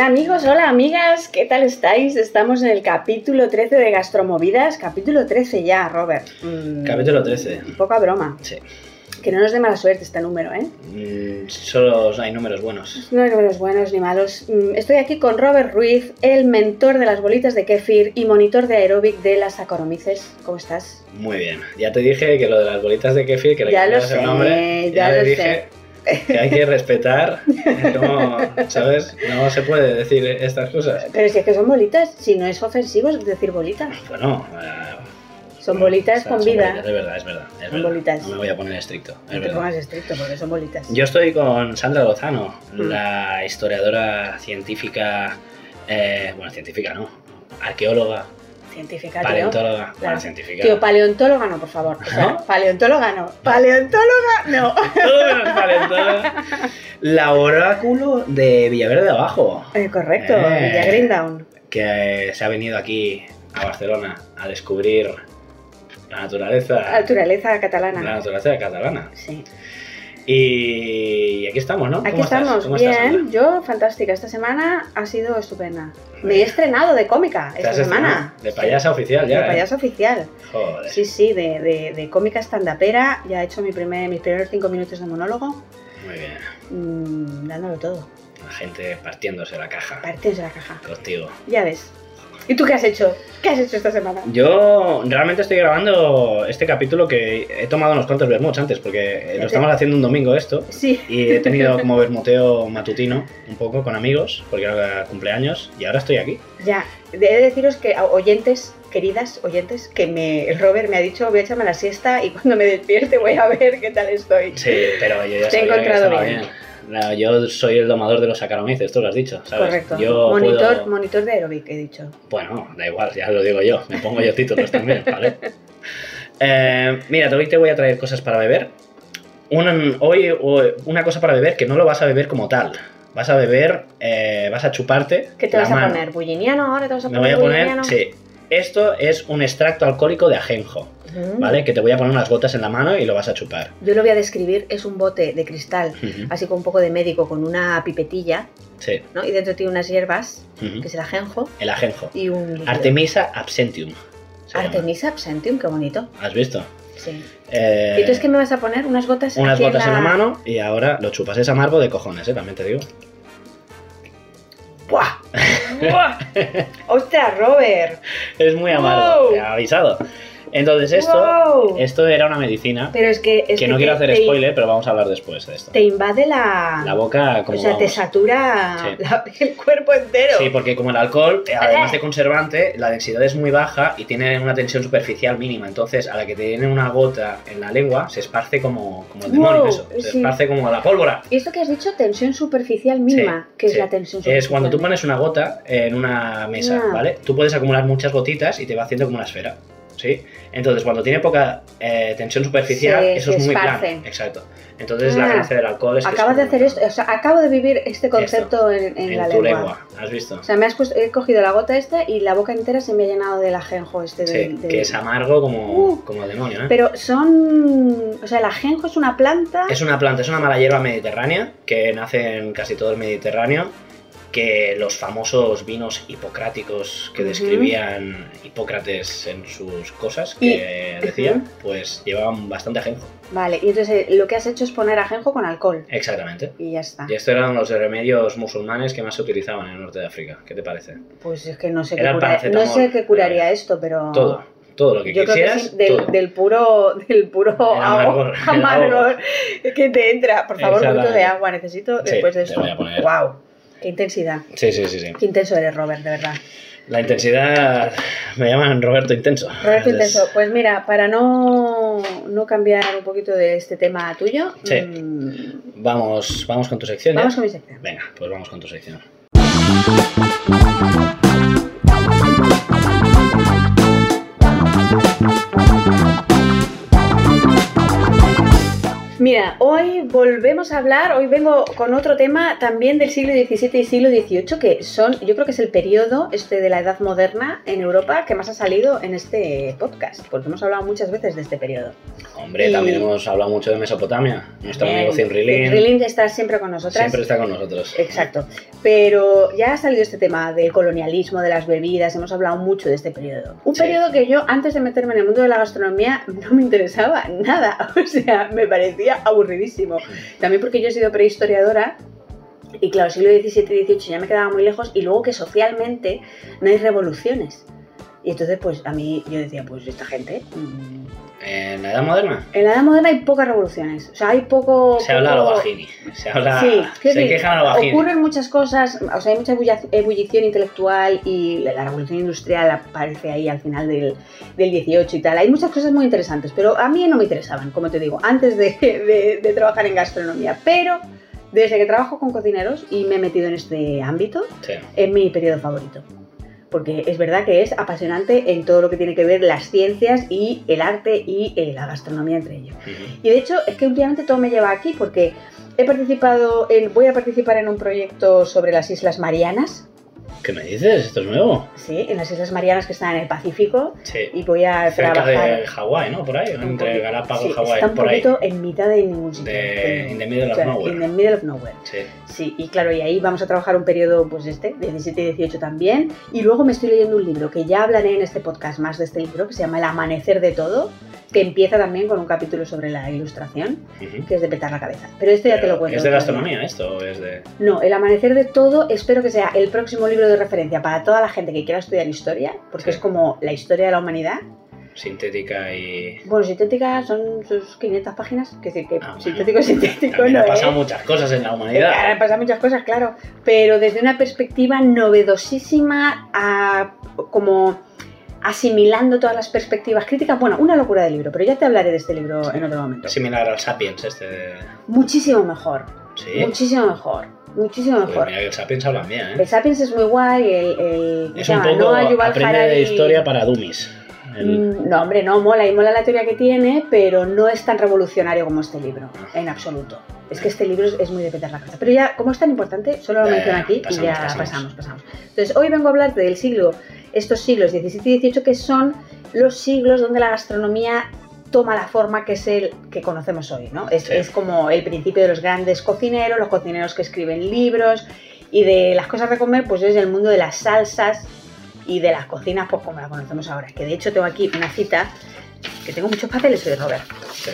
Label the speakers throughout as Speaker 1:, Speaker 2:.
Speaker 1: amigos, hola amigas, ¿qué tal estáis? Estamos en el capítulo 13 de Gastromovidas, capítulo 13 ya, Robert. Mm,
Speaker 2: Capítulo 13.
Speaker 1: Poca broma.
Speaker 2: Sí.
Speaker 1: Que no nos dé mala suerte este número, ¿eh?
Speaker 2: Mm, Solo hay números buenos.
Speaker 1: No hay números buenos ni malos. Mm, Estoy aquí con Robert Ruiz, el mentor de las bolitas de kefir y monitor de aeróbic de las Saccharomyces. ¿Cómo estás?
Speaker 2: Muy bien. Ya te dije que lo de las bolitas de kefir, que le
Speaker 1: Ya lo
Speaker 2: cambiabas el
Speaker 1: sé,
Speaker 2: nombre,
Speaker 1: ya
Speaker 2: le
Speaker 1: lo
Speaker 2: dije que hay que respetar. No, ¿Sabes? No se puede decir estas cosas.
Speaker 1: Pero si es que son bolitas, si no es ofensivo es decir bolita.
Speaker 2: Bueno, eh,
Speaker 1: Son bolitas
Speaker 2: son-
Speaker 1: con
Speaker 2: son
Speaker 1: vida.
Speaker 2: bolitas, Es verdad, es verdad. es
Speaker 1: Son
Speaker 2: verdad.
Speaker 1: bolitas.
Speaker 2: No me voy a poner estricto. es
Speaker 1: No te
Speaker 2: verdad.
Speaker 1: pongas estricto porque son bolitas.
Speaker 2: Yo estoy con Sandra Lozano,
Speaker 1: Mm.
Speaker 2: la historiadora científica, eh, bueno, científica no, arqueóloga,
Speaker 1: Científica, tío.
Speaker 2: paleontóloga,
Speaker 1: Claro.
Speaker 2: bueno, científica.
Speaker 1: Tío, paleontóloga no, por favor. O sea,
Speaker 2: ¿No?
Speaker 1: paleontóloga no. Paleontóloga no.
Speaker 2: Paleontóloga. La oráculo de Villaverde de Abajo,
Speaker 1: Eh, correcto,
Speaker 2: Eh.
Speaker 1: ya Greendown.
Speaker 2: que se ha venido aquí a Barcelona a descubrir la naturaleza,
Speaker 1: Naturaleza catalana.
Speaker 2: la naturaleza catalana.
Speaker 1: Sí.
Speaker 2: Y aquí estamos, ¿no?
Speaker 1: Aquí
Speaker 2: ¿Cómo estás?
Speaker 1: estamos,
Speaker 2: ¿Cómo
Speaker 1: bien.
Speaker 2: estás, Sandra?
Speaker 1: Yo, fantástica. Esta semana ha sido estupenda. Me he estrenado de cómica
Speaker 2: ¿Te
Speaker 1: esta
Speaker 2: has
Speaker 1: semana.
Speaker 2: estrenado? De payasa oficial
Speaker 1: De
Speaker 2: ya. ¿eh?
Speaker 1: payasa oficial.
Speaker 2: Joder.
Speaker 1: Sí, sí, de, de, de cómica estandapera. Ya he hecho mi primer, mis primeros cinco minutos de monólogo,
Speaker 2: Muy bien.
Speaker 1: mm, dándolo todo.
Speaker 2: La gente partiéndose la caja
Speaker 1: Partidos de la caja.
Speaker 2: contigo.
Speaker 1: Ya ves. ¿Y tú qué has hecho? ¿Qué has hecho esta semana?
Speaker 2: Yo realmente estoy grabando este capítulo que he tomado unos cuantos vermuts antes, porque eh, lo estamos haciendo un domingo esto.
Speaker 1: Sí.
Speaker 2: Y he tenido como vermuteo matutino un poco con amigos, porque era cumpleaños, y ahora estoy aquí.
Speaker 1: Ya, he de deciros que a- oyentes, queridas oyentes, que me Robert me ha dicho voy a echarme la siesta y cuando me despierte voy a ver qué tal estoy.
Speaker 2: Sí, pero yo
Speaker 1: Te
Speaker 2: ya
Speaker 1: he
Speaker 2: sabía que
Speaker 1: encontrado
Speaker 2: estaba
Speaker 1: bien.
Speaker 2: No, yo soy el domador de los sacaromices, tú lo has dicho, ¿sabes?
Speaker 1: Correcto.
Speaker 2: Yo
Speaker 1: monitor,
Speaker 2: puedo-
Speaker 1: monitor de aerobic, he dicho.
Speaker 2: Bueno, da igual, ya lo digo yo. Me pongo yo títulos también, ¿vale? Eh, mira, hoy te voy a traer cosas para beber. Un- hoy o- una cosa para beber que no lo vas a beber como tal. Vas a beber, eh, vas a chuparte.
Speaker 1: ¿Qué te
Speaker 2: la
Speaker 1: vas a
Speaker 2: mano.
Speaker 1: poner? ¿Bulliniano ahora? ¿Te vas a
Speaker 2: Me
Speaker 1: poner
Speaker 2: voy a
Speaker 1: bulliniano?
Speaker 2: poner, sí. Esto es un extracto alcohólico de ajenjo,
Speaker 1: Mm.
Speaker 2: ¿vale? Que te voy a poner unas gotas en la mano y lo vas a chupar.
Speaker 1: Yo lo voy a describir, es un bote de cristal,
Speaker 2: Ujú,
Speaker 1: así con un poco de médico, con una pipetilla,
Speaker 2: Sí.
Speaker 1: ¿no? Y dentro tiene unas hierbas,
Speaker 2: ujú.
Speaker 1: que es el ajenjo,
Speaker 2: El ajenjo.
Speaker 1: y un...
Speaker 2: Artemisa absentium. se llama.
Speaker 1: Artemisa absentium, qué bonito.
Speaker 2: ¿Has visto?
Speaker 1: Sí.
Speaker 2: Eh,
Speaker 1: ¿Y tú es que me vas a poner unas gotas
Speaker 2: unas
Speaker 1: aquí
Speaker 2: botas en la mano y ahora lo chupas. Es amargo de cojones, ¿eh? también te digo.
Speaker 1: ¡Buah! ¡Buah! ¡Ostras, Robert!
Speaker 2: Es muy amargo,
Speaker 1: Wow.
Speaker 2: te ha avisado. Entonces esto,
Speaker 1: Wow.
Speaker 2: esto era una medicina
Speaker 1: Pero es que. es
Speaker 2: que no quiero hacer
Speaker 1: te,
Speaker 2: spoiler, pero vamos a hablar después de esto.
Speaker 1: Te invade la.
Speaker 2: La boca como
Speaker 1: o sea, te
Speaker 2: vamos.
Speaker 1: satura
Speaker 2: Sí.
Speaker 1: la- el cuerpo entero.
Speaker 2: Sí, porque como el alcohol, eh, además de conservante, la densidad es muy baja y tiene una tensión superficial mínima. Entonces, a la que te tiene una gota en la lengua, se esparce como, como el
Speaker 1: Wow,
Speaker 2: demonio eso. Se
Speaker 1: sí.
Speaker 2: esparce como la pólvora.
Speaker 1: Y esto que has dicho, tensión superficial mínima, que es
Speaker 2: sí.
Speaker 1: la tensión superficial.
Speaker 2: Es cuando tú pones una gota en una mesa,
Speaker 1: Ah.
Speaker 2: ¿vale? Tú puedes acumular muchas gotitas y te va haciendo como una esfera, ¿sí? Entonces, cuando tiene poca eh, tensión superficial,
Speaker 1: Se-
Speaker 2: eso
Speaker 1: se
Speaker 2: es muy plano.
Speaker 1: esparce.
Speaker 2: Exacto. Entonces, la
Speaker 1: Ah.
Speaker 2: gracia del alcohol es que
Speaker 1: Acabas
Speaker 2: es
Speaker 1: de
Speaker 2: muy
Speaker 1: hacer
Speaker 2: plano.
Speaker 1: esto, o sea, acabo de vivir este concepto en, en
Speaker 2: en,
Speaker 1: la
Speaker 2: tu
Speaker 1: lengua.
Speaker 2: lengua. ¿Has visto?
Speaker 1: O sea, me has puesto, he cogido la gota esta y la boca entera se me ha llenado del ajenjo este
Speaker 2: Sí,
Speaker 1: del- del-
Speaker 2: que es amargo como,
Speaker 1: Uh.
Speaker 2: como el demonio, ¿eh?
Speaker 1: Pero son. O sea, el ajenjo es una planta.
Speaker 2: Es una planta, es una mala hierba mediterránea que nace en casi todo el Mediterráneo. Que los famosos vinos hipocráticos que
Speaker 1: Ujú.
Speaker 2: describían Hipócrates en sus cosas que
Speaker 1: Y-
Speaker 2: decía,
Speaker 1: Ujú.
Speaker 2: pues llevaban bastante ajenjo.
Speaker 1: Vale, y entonces eh, lo que has hecho es poner ajenjo con alcohol.
Speaker 2: Exactamente.
Speaker 1: Y ya está.
Speaker 2: Y estos eran los remedios musulmanes que más se utilizaban en el norte de África. ¿Qué te parece?
Speaker 1: Pues es que no sé,
Speaker 2: Era
Speaker 1: qué,
Speaker 2: el
Speaker 1: cura-
Speaker 2: paracetamol,
Speaker 1: no sé qué curaría
Speaker 2: pero-
Speaker 1: esto, pero...
Speaker 2: Todo, todo lo que
Speaker 1: Ah. Yo creo que
Speaker 2: quisieras.
Speaker 1: sí, del,
Speaker 2: todo.
Speaker 1: del puro, del puro
Speaker 2: El amargor,
Speaker 1: agua-
Speaker 2: el
Speaker 1: amargor que te entra. Por favor, un poquito de
Speaker 2: Exactamente.
Speaker 1: agua necesito
Speaker 2: Sí,
Speaker 1: después de
Speaker 2: te
Speaker 1: esto.
Speaker 2: voy a poner.
Speaker 1: ¡Wow! ¡Qué intensidad!
Speaker 2: Sí, sí, sí, sí.
Speaker 1: ¡Qué intenso eres, Robert, de verdad!
Speaker 2: La intensidad. Me llaman Roberto Intenso.
Speaker 1: Roberto
Speaker 2: Es-
Speaker 1: intenso. Pues mira, para no, no cambiar un poquito de este tema tuyo,
Speaker 2: Sí.
Speaker 1: mm,
Speaker 2: Vamos, vamos con tu sección. ¿ya?
Speaker 1: vamos con mi sección.
Speaker 2: Venga, pues vamos con tu sección.
Speaker 1: Mira, Mira, hoy volvemos a hablar, hoy vengo con otro tema también del siglo XVII y siglo XVIII, que son, yo creo que es el periodo este de la Edad Moderna en Europa que más ha salido en este podcast, porque hemos hablado muchas veces de este periodo.
Speaker 2: Hombre,
Speaker 1: Y-
Speaker 2: también hemos hablado mucho de Mesopotamia. Nuestro amigo Zinrilin
Speaker 1: Zinrilin Eh, está siempre con nosotras.
Speaker 2: siempre está con nosotros.
Speaker 1: Exacto. Pero ya ha salido este tema del colonialismo, de las bebidas, hemos hablado mucho de este periodo. Un
Speaker 2: Sí.
Speaker 1: periodo que yo, antes de meterme en el mundo de la gastronomía, no me interesaba nada. O sea, me parecía aburridísimo. También porque yo he sido prehistoriadora. Y claro, siglo XVII y XVIII ya me quedaba muy lejos. Y luego que socialmente no hay revoluciones. Y entonces, pues a mí yo decía, pues esta gente. mm.
Speaker 2: En la Edad Moderna
Speaker 1: En la Edad Moderna hay pocas revoluciones. O sea, hay poco.
Speaker 2: se habla a lo
Speaker 1: poco-
Speaker 2: bajini. Se habla.
Speaker 1: Sí, quiero
Speaker 2: se
Speaker 1: decir,
Speaker 2: quejan a lo bajini.
Speaker 1: Ocurren muchas cosas, o sea, hay mucha ebulla- ebullición intelectual y la la revolución industrial aparece ahí al final del, del 18 y tal. Hay muchas cosas muy interesantes, pero a mí no me interesaban, como te digo, antes de, de- de trabajar en gastronomía. Pero desde que trabajo con cocineros y me he metido en este ámbito,
Speaker 2: Sí.
Speaker 1: es mi periodo favorito. Porque es verdad que es apasionante en todo lo que tiene que ver las ciencias y el arte y eh, la gastronomía entre ellos.
Speaker 2: Ujú.
Speaker 1: Y de hecho, es que últimamente todo me lleva aquí porque he participado en. Voy a participar en un proyecto sobre las Islas Marianas.
Speaker 2: ¿Qué me dices? ¿Esto es nuevo?
Speaker 1: Sí, en las Islas Marianas que están en el Pacífico.
Speaker 2: Sí.
Speaker 1: Y voy a
Speaker 2: Cerca
Speaker 1: trabajar.
Speaker 2: de Hawái, ¿no? Por ahí.
Speaker 1: un
Speaker 2: Entre
Speaker 1: poquito-
Speaker 2: Galápagos,
Speaker 1: sí,
Speaker 2: Hawái.
Speaker 1: Está un
Speaker 2: Por ahí.
Speaker 1: poquito en mitad de ningún sitio.
Speaker 2: De,
Speaker 1: pero-
Speaker 2: in the middle
Speaker 1: o
Speaker 2: of
Speaker 1: sea, in the
Speaker 2: nowhere.
Speaker 1: middle of nowhere.
Speaker 2: Sí.
Speaker 1: Sí, y claro, y ahí vamos a trabajar un periodo, pues este, de 17 y 18 también. Y luego me estoy leyendo un libro que ya hablaré en este podcast más de este libro, que se llama El Amanecer de Todo, que empieza también con un capítulo sobre la ilustración,
Speaker 2: Ujú.
Speaker 1: que es de petar la cabeza. Pero esto ya te lo
Speaker 2: Pero,
Speaker 1: cuento.
Speaker 2: ¿Es de
Speaker 1: otro día.
Speaker 2: gastronomía esto? ¿O es de.?
Speaker 1: No, El Amanecer de Todo espero que sea el próximo libro de referencia para toda la gente que quiera estudiar historia, porque
Speaker 2: Sí.
Speaker 1: es como la historia de la humanidad.
Speaker 2: sintética y.
Speaker 1: Bueno, sintética son sus 500 páginas, que decir que
Speaker 2: Ah, bueno.
Speaker 1: sintético es sintético,
Speaker 2: También
Speaker 1: no
Speaker 2: han
Speaker 1: es.
Speaker 2: pasado muchas cosas en la humanidad.
Speaker 1: Han pasado muchas cosas, claro, pero desde una perspectiva novedosísima, a- como asimilando todas las perspectivas críticas. Bueno, una locura de libro, pero ya te hablaré de este libro en otro momento.
Speaker 2: Es similar al Sapiens este. de-
Speaker 1: Muchísimo mejor,
Speaker 2: Sí.
Speaker 1: muchísimo mejor, muchísimo
Speaker 2: Joder,
Speaker 1: mejor.
Speaker 2: mira que el Sapiens habla bien,
Speaker 1: El
Speaker 2: ¿eh?
Speaker 1: Sapiens es muy guay, el... el ¿cómo
Speaker 2: Es
Speaker 1: se
Speaker 2: un
Speaker 1: llama?
Speaker 2: poco.
Speaker 1: Noah Yuval
Speaker 2: aprende de
Speaker 1: Harari-
Speaker 2: historia para dummies. El-
Speaker 1: Mm, No, hombre, no, mola y mola la teoría que tiene, pero no es tan revolucionario como este libro,
Speaker 2: Ah.
Speaker 1: en absoluto. Es que este libro es, es muy de petar la cabeza. Pero ya, como es tan importante, solo lo
Speaker 2: Ya, ya,
Speaker 1: menciono aquí
Speaker 2: pasamos,
Speaker 1: y ya
Speaker 2: pasamos.
Speaker 1: pasamos. pasamos, Entonces, hoy vengo a hablarte del siglo, estos siglos XVII y XVIII, que son los siglos donde la gastronomía toma la forma que es el que conocemos hoy, ¿no? Es,
Speaker 2: Sí.
Speaker 1: es como el principio de los grandes cocineros, los cocineros que escriben libros y de las cosas de comer, pues es el mundo de las salsas y de las cocinas, pues como la conocemos ahora. Que de hecho tengo aquí una cita, que tengo muchos papeles hoy, Robert.
Speaker 2: Sí.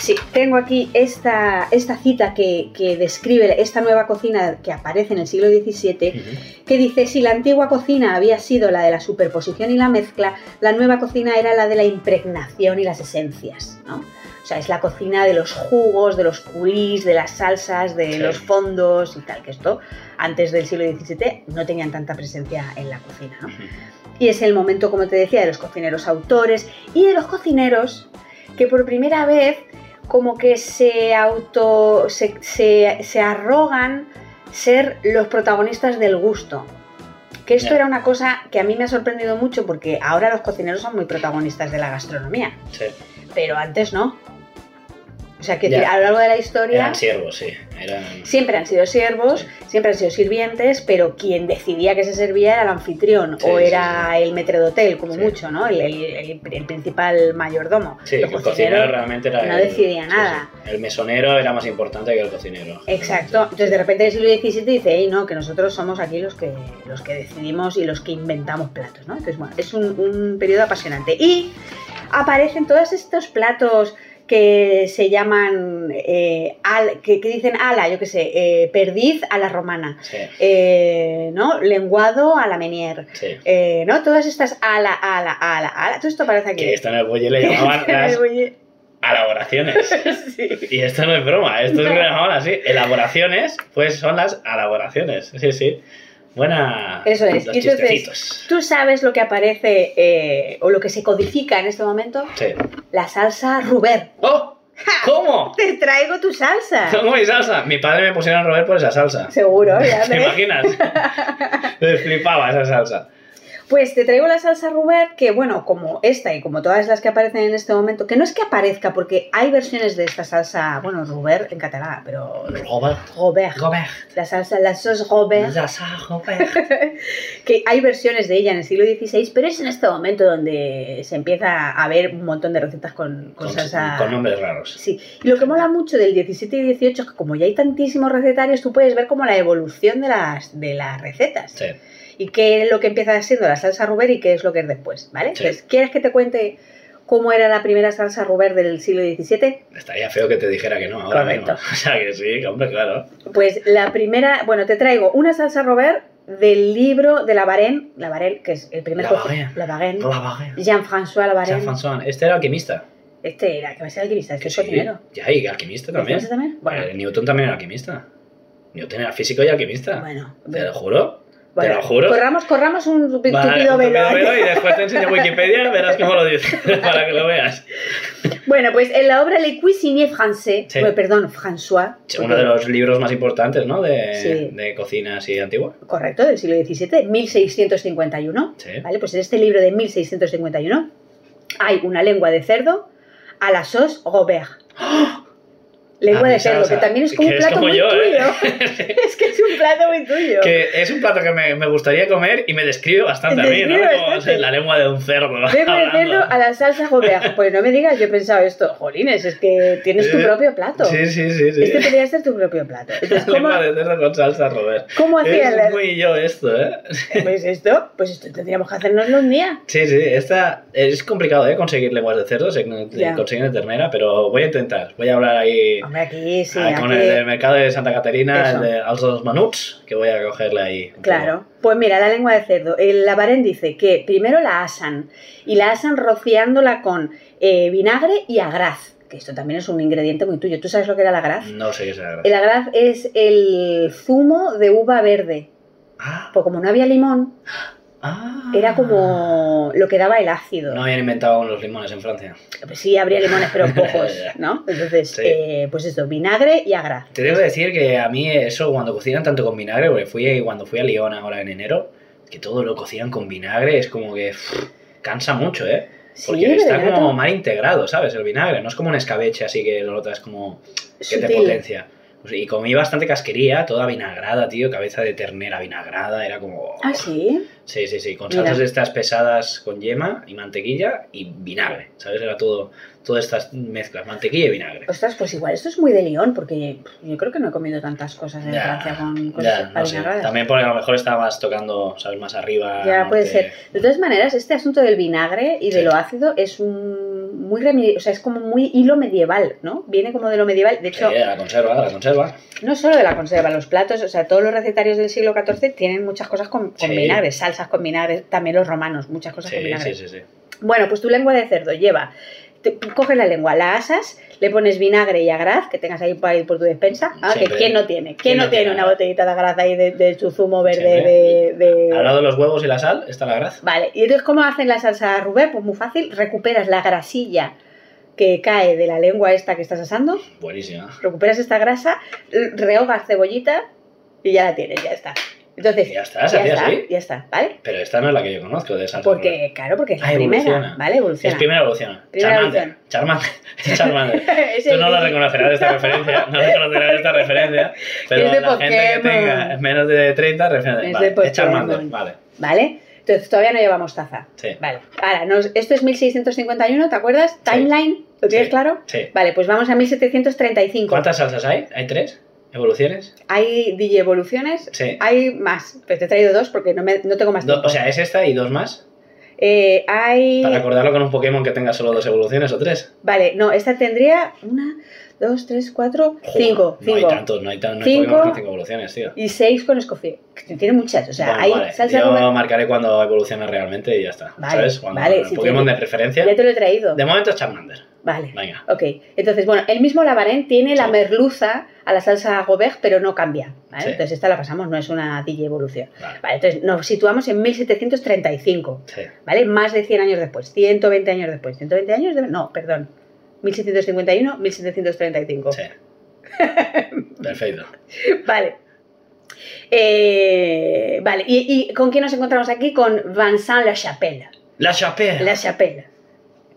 Speaker 1: Sí, tengo aquí esta, esta cita que, que describe esta nueva cocina que aparece en el siglo XVII
Speaker 2: Ujú.
Speaker 1: que dice si la antigua cocina había sido la de la superposición y la mezcla, la nueva cocina era la de la impregnación y las esencias, ¿no? O sea, es la cocina de los jugos, de los culís, de las salsas, de
Speaker 2: Sí.
Speaker 1: los fondos y tal, que esto antes del siglo XVII no tenían tanta presencia en la cocina, ¿no? Y es el momento, como te decía, de los cocineros autores y de los cocineros que por primera vez como que se auto. se, se- se arrogan ser los protagonistas del gusto. Que esto
Speaker 2: Ya.
Speaker 1: era una cosa que a mí me ha sorprendido mucho porque ahora los cocineros son muy protagonistas de la gastronomía,
Speaker 2: Sí.
Speaker 1: pero antes no. O sea, que
Speaker 2: Ya.
Speaker 1: a lo largo de la historia
Speaker 2: Eran siervos, sí. Eran.
Speaker 1: siempre han sido siervos, siempre han sido sirvientes, pero quien decidía que se servía era el anfitrión
Speaker 2: Sí,
Speaker 1: o
Speaker 2: sí,
Speaker 1: era el metredotel, como
Speaker 2: Sí.
Speaker 1: mucho, ¿no? El, el- el- el principal mayordomo.
Speaker 2: Sí,
Speaker 1: Los
Speaker 2: que
Speaker 1: cocineros-
Speaker 2: el cocinero realmente era.
Speaker 1: no
Speaker 2: el-
Speaker 1: decidía
Speaker 2: sí,
Speaker 1: nada.
Speaker 2: sí. El mesonero era más importante que el cocinero.
Speaker 1: Exacto. Entonces de repente el siglo XVII dice, "Ey, no, que nosotros somos aquí los que, los que decidimos y los que inventamos platos, ¿no? Entonces, bueno, es un, un periodo apasionante. Y aparecen todos estos platos que se llaman, eh, al- que, que dicen ala, yo qué sé, eh, perdiz a la romana.
Speaker 2: Sí,
Speaker 1: eh, ¿no? Lenguado a la menier,
Speaker 2: sí.
Speaker 1: eh, ¿no? Todas estas ala, ala, ala, ala. Todo esto aparece aquí.
Speaker 2: Que esto en el bolle le llamaban las elaboraciones.
Speaker 1: Sí.
Speaker 2: Y esto no es broma, esto es
Speaker 1: No.
Speaker 2: que lo llamaban así. Elaboraciones, pues son las elaboraciones. Sí, sí. Buena.
Speaker 1: Eso es.
Speaker 2: Los
Speaker 1: Y entonces-
Speaker 2: chistecitos.
Speaker 1: ¿Tú sabes lo que aparece eh, o lo que se codifica en este momento?
Speaker 2: Sí.
Speaker 1: La salsa Ruber.
Speaker 2: ¡Oh! ¿Cómo?
Speaker 1: Te traigo tu salsa.
Speaker 2: Tengo mi salsa. Mi padre me pusieron a Robert por esa salsa.
Speaker 1: Seguro, ya
Speaker 2: ¿Te
Speaker 1: ves.
Speaker 2: imaginas? Les flipaba esa salsa.
Speaker 1: Pues te traigo la salsa Rubert, que bueno, como esta y como todas las que aparecen en este momento, que no es que aparezca, porque hay versiones de esta salsa, bueno, Rubert en catalán, pero
Speaker 2: Robert.
Speaker 1: Robert,
Speaker 2: Robert.
Speaker 1: la salsa, la sauce Robert,
Speaker 2: La sa- Robert.
Speaker 1: que hay versiones de ella en el siglo XVI, pero es en este momento donde se empieza a ver un montón de recetas con, con
Speaker 2: Con,
Speaker 1: salsa...
Speaker 2: con nombres raros.
Speaker 1: Sí, y lo que mola mucho del 17 y 18 es que como ya hay tantísimos recetarios, tú puedes ver como la evolución de las, de las recetas.
Speaker 2: Sí.
Speaker 1: y qué es lo que empieza siendo la salsa Ruber y qué es lo que es después, ¿vale?
Speaker 2: Sí.
Speaker 1: Entonces, ¿quieres que te cuente cómo era la primera salsa Ruber del siglo XVII?
Speaker 2: Estaría feo que te dijera que no ahora
Speaker 1: Correcto.
Speaker 2: mismo. O sea que sí, que hombre, claro.
Speaker 1: Pues la primera, bueno, te traigo una salsa Ruber del libro de la Varenne, la Varenne, que es el primer
Speaker 2: La
Speaker 1: coci-
Speaker 2: Varenne.
Speaker 1: la Varenne,
Speaker 2: La Varenne.
Speaker 1: Jean-François la Varenne.
Speaker 2: Jean-François. Este era alquimista.
Speaker 1: Este era, que va a ser alquimista, este es
Speaker 2: Sí.
Speaker 1: cocinero.
Speaker 2: Ya, y alquimista también.
Speaker 1: ¿Este también? Bueno,
Speaker 2: Eh, Newton también era alquimista. Newton era físico y alquimista.
Speaker 1: bueno,
Speaker 2: Ah, Te lo
Speaker 1: bueno.
Speaker 2: juro.
Speaker 1: Bueno,
Speaker 2: lo juro.
Speaker 1: Corramos, corramos un tupido
Speaker 2: Vale, un tupido
Speaker 1: velo. ¿eh?
Speaker 2: velo y después te enseño Wikipedia, verás cómo lo dice, para que lo veas.
Speaker 1: Bueno, pues en la obra Le Cuisinier Français,
Speaker 2: Sí.
Speaker 1: bueno, perdón, François.
Speaker 2: Uno de los libros más importantes, ¿no? De,
Speaker 1: Sí.
Speaker 2: de cocina así antigua.
Speaker 1: Correcto, del siglo XVII, 1651.
Speaker 2: Sí.
Speaker 1: ¿Vale? Pues en este libro de 1651 hay una lengua de cerdo a la sauce Robert. Lengua
Speaker 2: Ah,
Speaker 1: de
Speaker 2: esa,
Speaker 1: cerdo,
Speaker 2: o sea,
Speaker 1: que también es como
Speaker 2: que
Speaker 1: un
Speaker 2: es
Speaker 1: plato
Speaker 2: como
Speaker 1: muy
Speaker 2: yo, ¿eh?
Speaker 1: tuyo. es que es un plato muy tuyo.
Speaker 2: Que es un plato que me, me gustaría comer y me describe bastante
Speaker 1: Te
Speaker 2: a mí, ¿no?
Speaker 1: describe
Speaker 2: Como, o sea,
Speaker 1: bastante.
Speaker 2: la lengua de un cerdo.
Speaker 1: Lengua de
Speaker 2: hablando.
Speaker 1: cerdo a la salsa Robert. Pues no me digas, yo he pensado esto. Jolines, es que tienes tu
Speaker 2: Sí.
Speaker 1: propio plato.
Speaker 2: Sí, sí, sí. sí.
Speaker 1: Este podría ser tu propio plato. Entonces, ¿cómo,
Speaker 2: Lengua de cerdo con salsa, Robert.
Speaker 1: cómo hacían
Speaker 2: Es
Speaker 1: las-
Speaker 2: muy yo esto, ¿eh?
Speaker 1: pues esto? Pues esto tendríamos que hacernoslo un día.
Speaker 2: Sí, sí, esta es complicado, ¿eh? Conseguir lenguas de cerdo, se-
Speaker 1: Ya.
Speaker 2: conseguir de ternera, pero voy a intentar. Voy a hablar ahí
Speaker 1: Hombre, aquí sí,
Speaker 2: ah, con
Speaker 1: aquí-
Speaker 2: el del mercado de Santa Caterina,
Speaker 1: Eso.
Speaker 2: el de als dos menuts, que voy a cogerle ahí. un
Speaker 1: Claro, pues mira, la lengua de cerdo. El labarén dice que primero la asan y la asan rociándola con eh, vinagre y agraz, que esto también es un ingrediente muy tuyo. ¿Tú sabes lo que era el agraz?
Speaker 2: poco. No sé qué será.
Speaker 1: El agraz es el zumo de uva verde,
Speaker 2: Ah,
Speaker 1: porque como no había limón,
Speaker 2: ah.
Speaker 1: era como lo que daba el ácido.
Speaker 2: No habían inventado aún los limones en Francia.
Speaker 1: Pues sí, habría limones, pero pocos, ¿no? Entonces,
Speaker 2: Sí.
Speaker 1: eh, pues esto, vinagre y agraz.
Speaker 2: Te tengo que decir que a mí eso, cuando cocinan tanto con vinagre, porque fui cuando fui a Lyon ahora en enero, que todo lo cocinan con vinagre, es como que pff, cansa mucho, ¿eh? Porque
Speaker 1: de
Speaker 2: está
Speaker 1: verdad,
Speaker 2: como mal integrado, ¿sabes? El vinagre, no es como un escabeche así que lo notas como que te
Speaker 1: sutil.
Speaker 2: potencia. Pues, Y comí bastante casquería, toda vinagrada, tío, cabeza de ternera vinagrada, era como...
Speaker 1: Ah, sí.
Speaker 2: Sí, sí, sí, con
Speaker 1: Mira.
Speaker 2: salsas de estas pesadas con yema y mantequilla y vinagre, ¿sabes? Era todo, todas estas mezclas, mantequilla y vinagre.
Speaker 1: Ostras, pues igual esto es muy de León, porque pff, yo creo que no he comido tantas cosas en
Speaker 2: Ya,
Speaker 1: Francia con
Speaker 2: Ya,
Speaker 1: cosas
Speaker 2: no sé.
Speaker 1: vinagradas.
Speaker 2: También porque a lo mejor estabas tocando, ¿sabes? Más arriba.
Speaker 1: Ya,
Speaker 2: norte.
Speaker 1: puede ser. De todas maneras, este asunto del vinagre y de
Speaker 2: Sí.
Speaker 1: lo ácido es un muy remi- o sea, es como muy hilo medieval, ¿no? Viene como de lo medieval. De
Speaker 2: Sí,
Speaker 1: hecho,
Speaker 2: la conserva, la conserva.
Speaker 1: no solo de la conserva, los platos, o sea, todos los recetarios del siglo XIV tienen muchas cosas con, con
Speaker 2: Sí.
Speaker 1: vinagre, salsas con vinagre, también los romanos, muchas cosas con
Speaker 2: Sí,
Speaker 1: vinagre.
Speaker 2: sí, sí, sí.
Speaker 1: Bueno, pues tu lengua de cerdo lleva, te- coges la lengua, la asas, le pones vinagre y agraz, que tengas ahí por, ahí por tu despensa, ah, que
Speaker 2: Siempre.
Speaker 1: quién no tiene, quién,
Speaker 2: ¿Quién
Speaker 1: no
Speaker 2: no
Speaker 1: tiene
Speaker 2: tiene?
Speaker 1: una botellita de agraz ahí de, de su zumo verde
Speaker 2: Siempre. Ah,
Speaker 1: de... de-
Speaker 2: Al lado de los huevos y la sal está la grasa.
Speaker 1: Vale, y entonces, ¿cómo hacen la salsa Rubé? Pues muy fácil, recuperas la grasilla que cae de la lengua esta que estás asando,
Speaker 2: Buenísima.
Speaker 1: recuperas esta grasa, l- rehogas cebollita y ya la tienes, ya está. Entonces,
Speaker 2: Y ya está, se hacía
Speaker 1: está,
Speaker 2: así.
Speaker 1: Eh, ya está, ¿vale?
Speaker 2: Pero esta no es la que yo conozco de salsa. Rubén.
Speaker 1: Porque, claro, porque es la
Speaker 2: Ah,
Speaker 1: primera,
Speaker 2: evoluciona.
Speaker 1: ¿vale?
Speaker 2: Es
Speaker 1: Evoluciona.
Speaker 2: primera evolución.
Speaker 1: Primera
Speaker 2: Charmander. Charmander. Charmander.
Speaker 1: Es
Speaker 2: Tú
Speaker 1: el
Speaker 2: no la
Speaker 1: Didi.
Speaker 2: reconocerás esta referencia, no reconocerás esta referencia, pero
Speaker 1: Es de
Speaker 2: la gente que
Speaker 1: Pokémon.
Speaker 2: tenga menos de 30 referencia,
Speaker 1: Es
Speaker 2: vale,
Speaker 1: de
Speaker 2: es Charmander,
Speaker 1: Pokémon.
Speaker 2: vale,
Speaker 1: ¿vale? Entonces, todavía no llevamos taza.
Speaker 2: sí,
Speaker 1: Vale, ahora, nos- esto es 1651, ¿te acuerdas? Timeline, ¿lo tienes
Speaker 2: Sí.
Speaker 1: claro?
Speaker 2: sí.
Speaker 1: Vale, pues vamos a 1735.
Speaker 2: ¿Cuántas salsas hay? ¿Hay tres? ¿Evoluciones?
Speaker 1: Hay DJ evoluciones,
Speaker 2: Sí.
Speaker 1: Hay más, pero te he traído dos porque no, me- no tengo más
Speaker 2: Do-
Speaker 1: tiempo.
Speaker 2: o sea, es esta y dos más.
Speaker 1: Eh, hay...
Speaker 2: Para acordarlo con un Pokémon que tenga solo dos evoluciones o tres.
Speaker 1: Vale, no, esta tendría una, dos, tres, cuatro,
Speaker 2: Joder,
Speaker 1: cinco.
Speaker 2: No
Speaker 1: cinco.
Speaker 2: hay tantos, no hay, tan, no hay
Speaker 1: Cinco.
Speaker 2: Pokémon con cinco evoluciones, tío.
Speaker 1: Y seis con escofía. Que Tiene muchas, o sea,
Speaker 2: Bueno,
Speaker 1: hay
Speaker 2: vale,
Speaker 1: salsa
Speaker 2: Yo
Speaker 1: Rubén-
Speaker 2: marcaré cuando evolucione realmente y ya está.
Speaker 1: Vale,
Speaker 2: ¿Sabes? Cuando
Speaker 1: vale,
Speaker 2: el
Speaker 1: sí,
Speaker 2: Pokémon
Speaker 1: sí.
Speaker 2: de preferencia.
Speaker 1: Ya te lo he traído.
Speaker 2: De momento es Charmander.
Speaker 1: Vale.
Speaker 2: Venga.
Speaker 1: Ok, entonces, bueno, el mismo Labarén tiene la
Speaker 2: Sí.
Speaker 1: merluza a la salsa Gobert, pero no cambia. ¿vale?
Speaker 2: Sí.
Speaker 1: Entonces, esta la pasamos, no es una DJ evolución.
Speaker 2: Vale.
Speaker 1: Vale, entonces nos situamos en 1735.
Speaker 2: Sí.
Speaker 1: ¿vale? Más de 100 años después, 120 años después, 120 años, de- no, perdón, 1751, 1735.
Speaker 2: Sí. Perfecto.
Speaker 1: Vale. Eh, vale, ¿Y, ¿Y, con quién nos encontramos aquí? Con Vincent La Chapelle.
Speaker 2: La Chapelle.
Speaker 1: La Chapelle.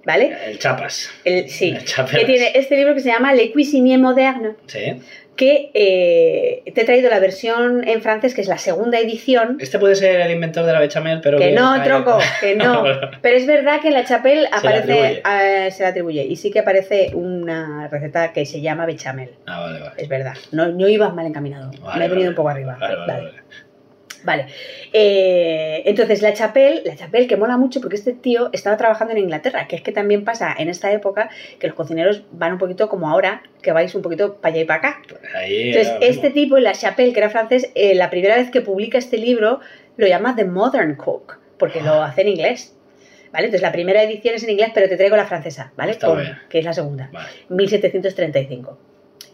Speaker 1: ¿Vale?
Speaker 2: El Chapas.
Speaker 1: El, sí.
Speaker 2: El
Speaker 1: que
Speaker 2: Chapelas.
Speaker 1: tiene este libro que se llama Le Cuisinier Moderne,
Speaker 2: Sí.
Speaker 1: que eh, te he traído la versión en francés, que es la segunda edición.
Speaker 2: Este puede ser el inventor de la bechamel, pero...
Speaker 1: Que no,
Speaker 2: Ay,
Speaker 1: troco, que no. Pero es verdad que en la chapelle aparece,
Speaker 2: atribuye.
Speaker 1: eh, se la atribuye, y sí que aparece una receta que se llama bechamel.
Speaker 2: Ah, vale, vale.
Speaker 1: Es verdad, no, no ibas mal encaminado.
Speaker 2: Vale,
Speaker 1: Me he venido
Speaker 2: vale.
Speaker 1: un poco arriba.
Speaker 2: Vale, vale,
Speaker 1: Vale.
Speaker 2: vale.
Speaker 1: Vale. Eh, entonces, la Chapelle, la Chapelle que mola mucho porque este tío estaba trabajando en Inglaterra, que es que también pasa en esta época que los cocineros van un poquito como ahora, que vais un poquito para allá y para acá.
Speaker 2: Ahí...
Speaker 1: Entonces,
Speaker 2: ahora mismo.
Speaker 1: este tipo, la Chapelle, que era francés, eh, la primera vez que publica este libro lo llama The Modern Cook, porque
Speaker 2: Ah.
Speaker 1: lo hace en inglés. ¿Vale? Entonces, la primera edición es en inglés, pero te traigo la francesa, ¿vale?
Speaker 2: Está bien.
Speaker 1: que es la segunda.
Speaker 2: Vale.
Speaker 1: 1735.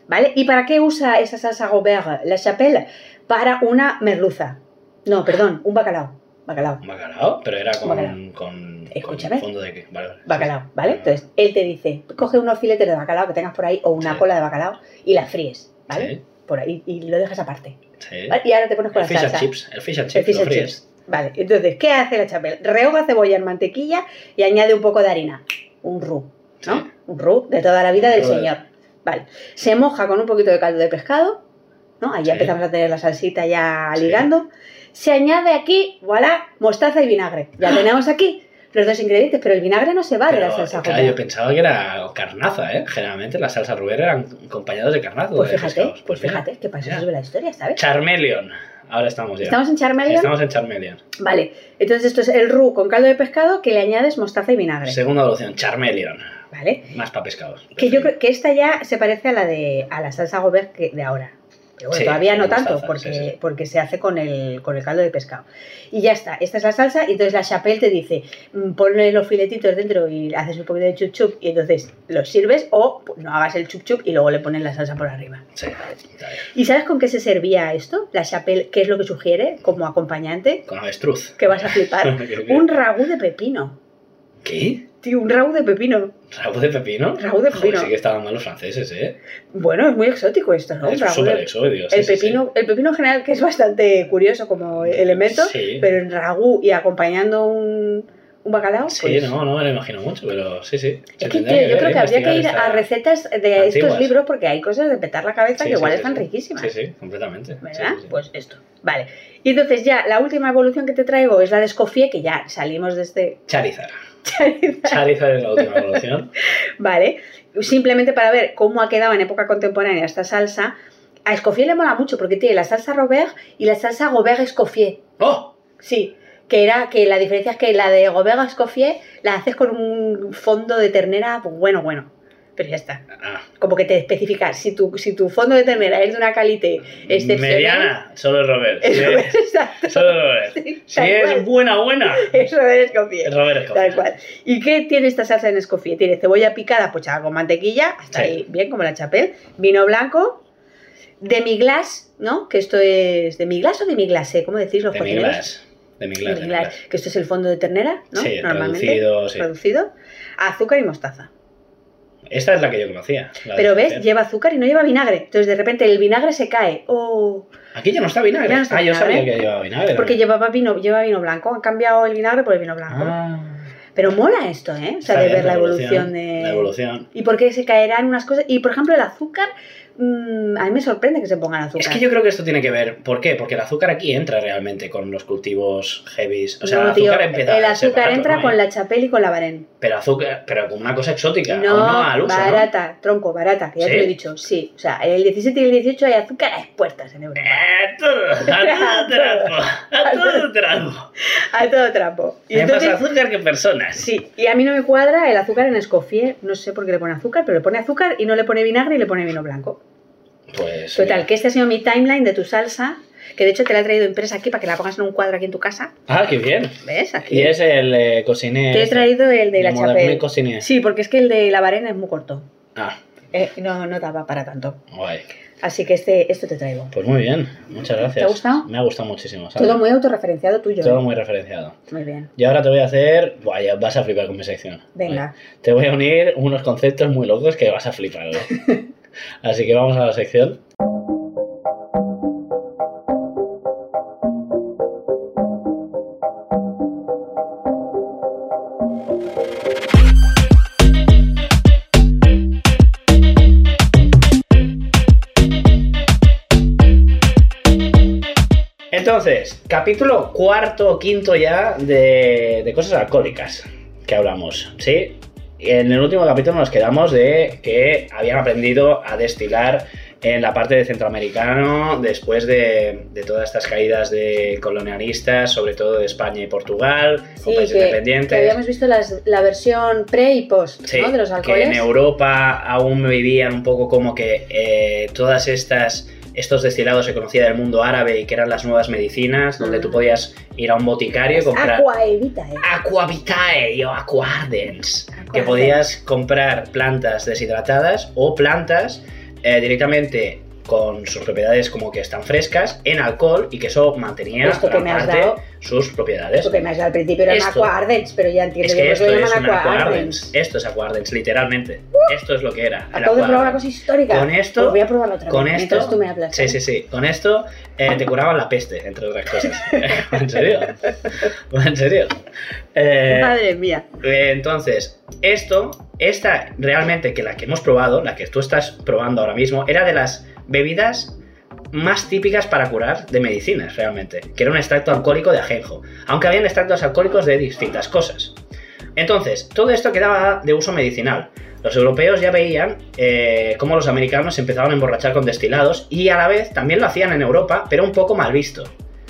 Speaker 1: ¿Vale? ¿Y para qué usa esa salsa Robert la Chapelle? Para una merluza. No, perdón, un bacalao. Bacalao.
Speaker 2: ¿Un bacalao? Pero era con...
Speaker 1: Bacalao.
Speaker 2: con- con
Speaker 1: Escúchame.
Speaker 2: fondo de qué. Vale, vale.
Speaker 1: Bacalao, ¿vale? Entonces, él te dice, coge unos filetes de bacalao que tengas por ahí o una
Speaker 2: Sí.
Speaker 1: cola de bacalao y la fríes, ¿vale?
Speaker 2: Sí,
Speaker 1: Por ahí y lo dejas aparte.
Speaker 2: sí.
Speaker 1: ¿vale? Y ahora te pones con
Speaker 2: El
Speaker 1: la
Speaker 2: fish and
Speaker 1: salsa.
Speaker 2: chips. El fish and
Speaker 1: El
Speaker 2: chips.
Speaker 1: fish
Speaker 2: lo
Speaker 1: and
Speaker 2: fríes.
Speaker 1: chips. Vale, entonces, ¿qué hace la Chapelle? Rehoga cebolla en mantequilla y añade un poco de harina, un roux. ¿no?
Speaker 2: Sí.
Speaker 1: Un roux de toda la vida del
Speaker 2: Roux de-
Speaker 1: señor. Vale. Se moja con un poquito de caldo de pescado, ¿no? Ahí ya
Speaker 2: Sí.
Speaker 1: empezamos a tener la salsita ya
Speaker 2: Sí.
Speaker 1: ligando. Se añade aquí, voilà, mostaza y vinagre. Ya tenemos aquí los dos ingredientes, pero el vinagre no se va de la
Speaker 2: ¡Ah! Pero,
Speaker 1: salsa
Speaker 2: claro,
Speaker 1: jocola.
Speaker 2: yo pensaba que era carnaza, ¿eh? Generalmente las salsas Ruber eran acompañadas de carnaza.
Speaker 1: Pues
Speaker 2: de
Speaker 1: fíjate,
Speaker 2: pescados.
Speaker 1: pues
Speaker 2: mira.
Speaker 1: fíjate, que para eso
Speaker 2: mira.
Speaker 1: sirve la historia, ¿sabes?
Speaker 2: Charmeleon. Ahora estamos ya.
Speaker 1: Estamos en Charmeleon.
Speaker 2: Estamos en Charmeleon.
Speaker 1: Vale, entonces esto es el roux con caldo de pescado que le añades mostaza y vinagre.
Speaker 2: Segunda evolución, Charmeleon.
Speaker 1: Vale.
Speaker 2: Más para pescados.
Speaker 1: Que yo creo que esta ya se parece a la de a la salsa Gobert que- de ahora. Pero bueno,
Speaker 2: Sí,
Speaker 1: todavía no
Speaker 2: con
Speaker 1: tanto,
Speaker 2: salsa,
Speaker 1: porque,
Speaker 2: sí, sí.
Speaker 1: porque se hace con el, con el caldo de pescado. Y ya está, esta es la salsa, y entonces la chapelle te dice, mm, ponle los filetitos dentro y haces un poquito de chup chup, y entonces los sirves, o no hagas el chup chup y luego le pones la salsa por arriba.
Speaker 2: Sí, está bien.
Speaker 1: ¿Y sabes con qué se servía esto? La chapelle, ¿qué es lo que sugiere como acompañante?
Speaker 2: Con avestruz.
Speaker 1: Que vas a flipar. un ragú de pepino.
Speaker 2: ¿Qué?
Speaker 1: Tío, un ragú de pepino.
Speaker 2: ¿Rabo de pepino?
Speaker 1: Rabo de
Speaker 2: Joder,
Speaker 1: pepino.
Speaker 2: sí que estaban mal los franceses, ¿eh?
Speaker 1: Bueno, es muy exótico esto, ¿no? Un
Speaker 2: es
Speaker 1: ragú de-
Speaker 2: súper exótico. sí,
Speaker 1: El
Speaker 2: sí,
Speaker 1: pepino, el pepino en general, que es bastante curioso como
Speaker 2: sí.
Speaker 1: elemento,
Speaker 2: Sí.
Speaker 1: pero en ragú y acompañando un, un bacalao,
Speaker 2: Sí,
Speaker 1: pues-
Speaker 2: no, no me lo imagino mucho, pero sí, sí. Se
Speaker 1: Es que,
Speaker 2: tendría
Speaker 1: tío, yo
Speaker 2: ver,
Speaker 1: creo que habría que ir
Speaker 2: investigar
Speaker 1: a
Speaker 2: esta-
Speaker 1: recetas de estos
Speaker 2: antiguas.
Speaker 1: libros porque hay cosas de petar la cabeza
Speaker 2: Sí,
Speaker 1: que
Speaker 2: sí,
Speaker 1: igual
Speaker 2: sí,
Speaker 1: están
Speaker 2: sí.
Speaker 1: riquísimas.
Speaker 2: Sí, sí, completamente. Sí,
Speaker 1: ¿Verdad?
Speaker 2: sí, sí.
Speaker 1: Pues esto. Vale. Y entonces ya, la última evolución que te traigo es la de Escoffier, que ya salimos de este...
Speaker 2: Charizard. Charizard es la última evolución.
Speaker 1: Vale. Simplemente para ver cómo ha quedado en época contemporánea esta salsa. A Escoffier le mola mucho porque tiene la salsa Robert y la salsa Gobert Escoffier.
Speaker 2: ¡Oh!
Speaker 1: Sí, que era que la diferencia es que la de Gobega Escoffier la haces con un fondo de ternera, pues bueno, bueno. Pero ya está.
Speaker 2: Ah,
Speaker 1: Como que te especificas, si tu, si tu fondo de ternera es de una calite excepcional.
Speaker 2: mediana, solo es Robert. Si
Speaker 1: Eso es,
Speaker 2: es,
Speaker 1: exacto.
Speaker 2: solo es Robert.
Speaker 1: Sí,
Speaker 2: Si
Speaker 1: tal
Speaker 2: es
Speaker 1: cual.
Speaker 2: buena, buena,
Speaker 1: Es Robert Escoffier,
Speaker 2: es Robert Escobar.
Speaker 1: Tal cual. ¿Y qué tiene esta salsa en Escoffier? Tiene cebolla picada, pochada con mantequilla, hasta
Speaker 2: Sí.
Speaker 1: ahí, bien, como la chapel. Vino blanco, demi-glace, ¿no? Que esto es. ¿Demi-glace o demi-glace? ¿Cómo decís los
Speaker 2: De mi
Speaker 1: cocineros?
Speaker 2: glass. De mi glass. de mi
Speaker 1: Claro,
Speaker 2: glass.
Speaker 1: que esto es el fondo de ternera, ¿no?
Speaker 2: Sí,
Speaker 1: Normalmente.
Speaker 2: reducido, sí.
Speaker 1: Reducido. Azúcar y mostaza.
Speaker 2: Esta es la que yo conocía. la de
Speaker 1: Pero ves,
Speaker 2: Escocia.
Speaker 1: lleva azúcar y no lleva vinagre. Entonces de repente el vinagre se cae. Oh,
Speaker 2: Aquí ya no está vinagre.
Speaker 1: Ya no está
Speaker 2: ah, yo
Speaker 1: vinagre.
Speaker 2: sabía
Speaker 1: ¿eh?
Speaker 2: que llevaba vinagre.
Speaker 1: porque llevaba vino, lleva vino blanco. Han cambiado el vinagre por el vino blanco.
Speaker 2: Ah,
Speaker 1: Pero mola esto, ¿eh? O sea, de
Speaker 2: está bien,
Speaker 1: ver la evolución de.
Speaker 2: La evolución.
Speaker 1: Y por qué se caerán unas cosas. Y por ejemplo, el azúcar. mm, a mí me sorprende que se pongan azúcar.
Speaker 2: Es que yo creo que esto tiene que ver. ¿Por qué? Porque el azúcar aquí entra realmente con los cultivos heavies. O sea,
Speaker 1: No,
Speaker 2: el
Speaker 1: tío,
Speaker 2: azúcar empieza
Speaker 1: el
Speaker 2: a ser
Speaker 1: azúcar
Speaker 2: barato,
Speaker 1: entra
Speaker 2: ¿no?
Speaker 1: con la chapel y con la barén.
Speaker 2: Pero azúcar, pero como una cosa exótica.
Speaker 1: No,
Speaker 2: o no al uso, ¿no?
Speaker 1: barata, tronco, barata, que ya te
Speaker 2: ¿Sí?
Speaker 1: lo he dicho, sí. O sea, el 17 y el 18 hay azúcar a expuertas en Europa.
Speaker 2: A todo, a todo trapo, a todo trapo.
Speaker 1: A todo trapo. Y
Speaker 2: Hay más
Speaker 1: entonces,
Speaker 2: azúcar que personas.
Speaker 1: sí, y a mí no me cuadra el azúcar en Escoffier. No sé por qué le pone azúcar, pero le pone azúcar y no le pone vinagre y le pone vino blanco.
Speaker 2: Pues.
Speaker 1: Total,
Speaker 2: mira.
Speaker 1: que este ha sido mi timeline de tu salsa, que de hecho te la he traído impresa aquí para que la pongas en un cuadro aquí en tu casa.
Speaker 2: Ah, qué bien.
Speaker 1: ¿Ves? Aquí.
Speaker 2: Y es el eh, cocinero.
Speaker 1: Te he traído el de la
Speaker 2: Moderne
Speaker 1: chapelle.
Speaker 2: Cocinier.
Speaker 1: Sí, porque es que el de la varena es muy corto.
Speaker 2: Ah,
Speaker 1: Eh, no, no daba para tanto.
Speaker 2: guay.
Speaker 1: Así que este, esto te traigo.
Speaker 2: Pues muy bien, muchas gracias.
Speaker 1: ¿Te ha gustado?
Speaker 2: Me ha gustado muchísimo, ¿sabes?
Speaker 1: Todo muy autorreferenciado tuyo.
Speaker 2: Todo
Speaker 1: ¿eh?
Speaker 2: muy referenciado.
Speaker 1: Muy bien.
Speaker 2: Y ahora te voy a hacer. Buah, ya vas a flipar con mi sección.
Speaker 1: Venga.
Speaker 2: Vale. Te voy a unir unos conceptos muy locos que vas a flipar. ¿no? Así que vamos a la sección. Entonces, capítulo cuarto o quinto ya de, de cosas alcohólicas que hablamos, ¿sí? En el último capítulo nos quedamos de que habían aprendido a destilar en la parte de centroamericano después de, de todas estas caídas de colonialistas, sobre todo de España y Portugal, con
Speaker 1: Sí,
Speaker 2: países
Speaker 1: que, que
Speaker 2: independientes.
Speaker 1: habíamos visto las- la versión pre y post
Speaker 2: Sí,
Speaker 1: ¿no? de los
Speaker 2: que
Speaker 1: alcoholes.
Speaker 2: en Europa aún vivían un poco como que eh, todas estas estos destilados se conocía del mundo árabe y que eran las nuevas medicinas, donde
Speaker 1: Ah.
Speaker 2: tú podías ir a un boticario y comprar
Speaker 1: Pues,
Speaker 2: Ah,
Speaker 1: Aqua evita, eh.
Speaker 2: Aquavitae o Aquardens, que
Speaker 1: Aquardens.
Speaker 2: podías comprar plantas deshidratadas o plantas eh, directamente con sus propiedades como que están frescas en alcohol y que eso mantenía
Speaker 1: Esto que me has
Speaker 2: aparte
Speaker 1: dado.
Speaker 2: sus propiedades.
Speaker 1: Porque me has dado al principio eran
Speaker 2: Esto.
Speaker 1: Aqua Ardens, pero ya entiendo
Speaker 2: Es que
Speaker 1: yo por
Speaker 2: esto
Speaker 1: qué lo
Speaker 2: es
Speaker 1: llaman Aqua
Speaker 2: un
Speaker 1: Uh.
Speaker 2: Aquardens.
Speaker 1: Ardens.
Speaker 2: Esto es Aquardens, literalmente. Esto es lo que era. el
Speaker 1: Acabo de probar una
Speaker 2: Aquardens.
Speaker 1: cosa histórica.
Speaker 2: Con esto-
Speaker 1: Pues voy a probarlo otra
Speaker 2: con
Speaker 1: vez.
Speaker 2: esto-
Speaker 1: Mientras tú me hablas.
Speaker 2: Sí,
Speaker 1: ¿eh?
Speaker 2: sí, sí. Con esto eh, te curaban la peste, entre otras cosas. ¿En serio? ¿En serio? Eh,
Speaker 1: Madre mía.
Speaker 2: eh, entonces, esto, esta realmente que la que hemos probado, la que tú estás probando ahora mismo, era de las bebidas más típicas para curar de medicinas realmente, que era un extracto alcohólico de ajenjo, aunque habían extractos alcohólicos de distintas cosas. Entonces, todo esto quedaba de uso medicinal. Los europeos ya veían eh, cómo los americanos se empezaban a emborrachar con destilados y a la vez también lo hacían en Europa, pero un poco mal visto.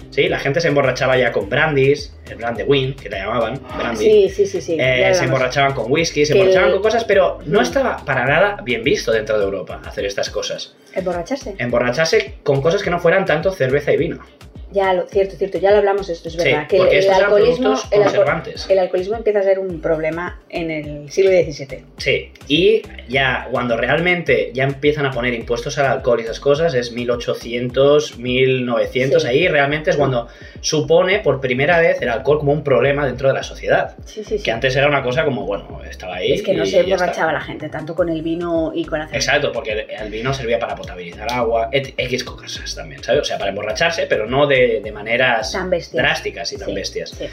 Speaker 2: ¿Sí? La gente se emborrachaba ya con brandies, el brand de win, que le llamaban, brandy.
Speaker 1: Sí, sí, sí, sí.
Speaker 2: Eh,
Speaker 1: ya
Speaker 2: se
Speaker 1: hablamos.
Speaker 2: emborrachaban con whisky, se
Speaker 1: Que
Speaker 2: emborrachaban
Speaker 1: el-
Speaker 2: con cosas, pero no
Speaker 1: Mm.
Speaker 2: estaba para nada bien visto dentro de Europa hacer estas cosas.
Speaker 1: Emborracharse.
Speaker 2: Emborracharse con cosas que no fueran tanto cerveza y vino.
Speaker 1: Ya, lo, cierto, cierto, ya lo hablamos esto, es
Speaker 2: sí,
Speaker 1: verdad. que
Speaker 2: porque
Speaker 1: el,
Speaker 2: estos eran
Speaker 1: alcoholismo,
Speaker 2: productos
Speaker 1: el, alco-
Speaker 2: conservantes.
Speaker 1: el alcoholismo empieza a ser un problema en el siglo XVII.
Speaker 2: Sí, y ya cuando realmente ya empiezan a poner impuestos al alcohol y esas cosas, es 1800, 1900,
Speaker 1: Sí.
Speaker 2: ahí realmente es cuando supone por primera vez el alcohol como un problema dentro de la sociedad.
Speaker 1: Sí, sí, sí.
Speaker 2: Que antes era una cosa como, bueno, estaba ahí.
Speaker 1: es que no
Speaker 2: y
Speaker 1: se
Speaker 2: ya está.
Speaker 1: emborrachaba la gente tanto con el vino y con la cerveza.
Speaker 2: Exacto, porque el- el vino servía para potabilizar agua, et- X cosas también, ¿sabes? O sea, para emborracharse, pero no de, de maneras
Speaker 1: Tan bestia.
Speaker 2: drásticas y tan
Speaker 1: Sí,
Speaker 2: bestias.
Speaker 1: sí.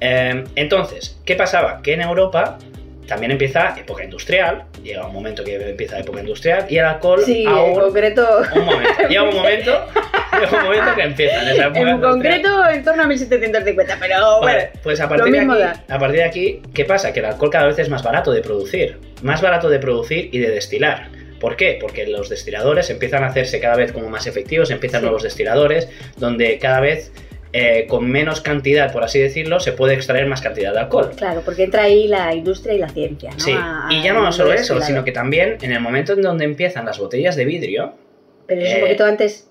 Speaker 2: Eh, entonces, ¿qué pasaba? Que en Europa también empieza época industrial, llega un momento que empieza época industrial y el alcohol
Speaker 1: Sí, en
Speaker 2: aún...
Speaker 1: concreto,
Speaker 2: Un momento, llega un momento, llega un momento que empieza en esa época
Speaker 1: en
Speaker 2: industrial.
Speaker 1: concreto en torno a 1750, pero
Speaker 2: Vale,
Speaker 1: bueno.
Speaker 2: pues a partir,
Speaker 1: lo
Speaker 2: de
Speaker 1: mismo
Speaker 2: aquí,
Speaker 1: da.
Speaker 2: a partir de aquí, ¿qué pasa? Que el alcohol cada vez es más barato de producir. Más barato de producir y de destilar. ¿Por qué? Porque los destiladores empiezan a hacerse cada vez como más efectivos, empiezan
Speaker 1: Sí.
Speaker 2: nuevos destiladores, donde cada vez eh, con menos cantidad, por así decirlo, se puede extraer más cantidad de alcohol.
Speaker 1: Claro, porque entra ahí la industria y la ciencia, ¿no?
Speaker 2: Sí,
Speaker 1: A-
Speaker 2: y ya
Speaker 1: al
Speaker 2: no
Speaker 1: mundo
Speaker 2: solo
Speaker 1: del
Speaker 2: eso,
Speaker 1: destilado.
Speaker 2: sino que también en el momento en donde empiezan las botellas de vidrio,
Speaker 1: Pero eso es un
Speaker 2: eh,
Speaker 1: poquito antes. Eso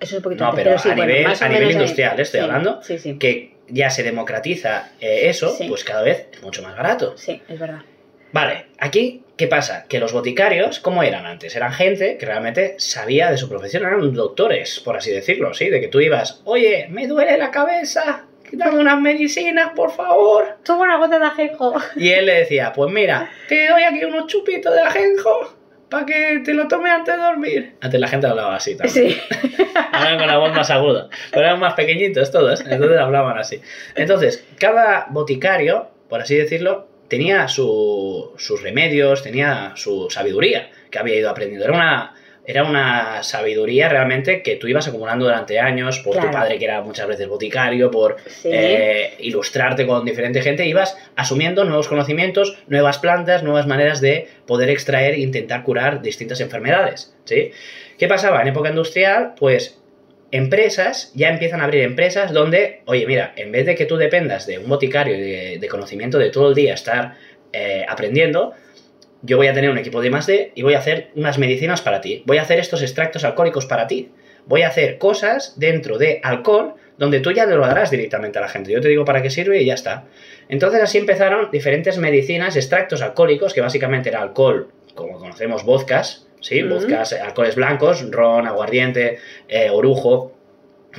Speaker 1: es un poquito
Speaker 2: no,
Speaker 1: antes,
Speaker 2: pero
Speaker 1: sí,
Speaker 2: a
Speaker 1: bueno,
Speaker 2: nivel-
Speaker 1: más o
Speaker 2: a nivel
Speaker 1: menos ahí.
Speaker 2: industrial, ¿eh? estoy
Speaker 1: Sí,
Speaker 2: hablando.
Speaker 1: Sí, sí.
Speaker 2: que ya se democratiza eh, eso,
Speaker 1: Sí.
Speaker 2: pues cada vez es mucho más barato.
Speaker 1: Sí, es verdad.
Speaker 2: Vale, aquí, ¿qué pasa? Que los boticarios, ¿cómo eran antes? Eran gente que realmente sabía de su profesión, eran doctores, por así decirlo, ¿sí? De que tú ibas, oye, me duele la cabeza, dame unas medicinas, por favor.
Speaker 1: Toma una gota de ajenjo.
Speaker 2: Y él le decía, pues mira, te doy aquí unos chupitos de ajenjo para que te lo tomes antes de dormir. Antes la gente hablaba así también.
Speaker 1: Sí.
Speaker 2: Hablaban con la voz más aguda. Pero eran más pequeñitos todos, entonces hablaban así. Entonces, cada boticario, por así decirlo, tenía su- sus remedios, tenía su sabiduría que había ido aprendiendo. Era una, era una sabiduría realmente que tú ibas acumulando durante años por tu
Speaker 1: Claro.
Speaker 2: padre, que era muchas veces boticario, por
Speaker 1: Sí.
Speaker 2: eh, ilustrarte con diferente gente. Ibas asumiendo nuevos conocimientos, nuevas plantas, nuevas maneras de poder extraer e intentar curar distintas enfermedades. ¿sí? ¿Qué pasaba? En época industrial, pues empresas ya empiezan a abrir empresas donde, oye, mira, en vez de que tú dependas de un boticario y de, de conocimiento de todo el día estar eh, aprendiendo, yo voy a tener un equipo de más D y voy a hacer unas medicinas para ti. Voy a hacer estos extractos alcohólicos para ti. Voy a hacer cosas dentro de alcohol donde tú ya lo darás directamente a la gente. Yo te digo para qué sirve y ya está. Entonces así empezaron diferentes medicinas, extractos alcohólicos, que básicamente era alcohol, como conocemos, vodkas, ¿sí?
Speaker 1: Ujú.
Speaker 2: Vodkas, eh, alcoholes blancos, ron, aguardiente, eh, orujo,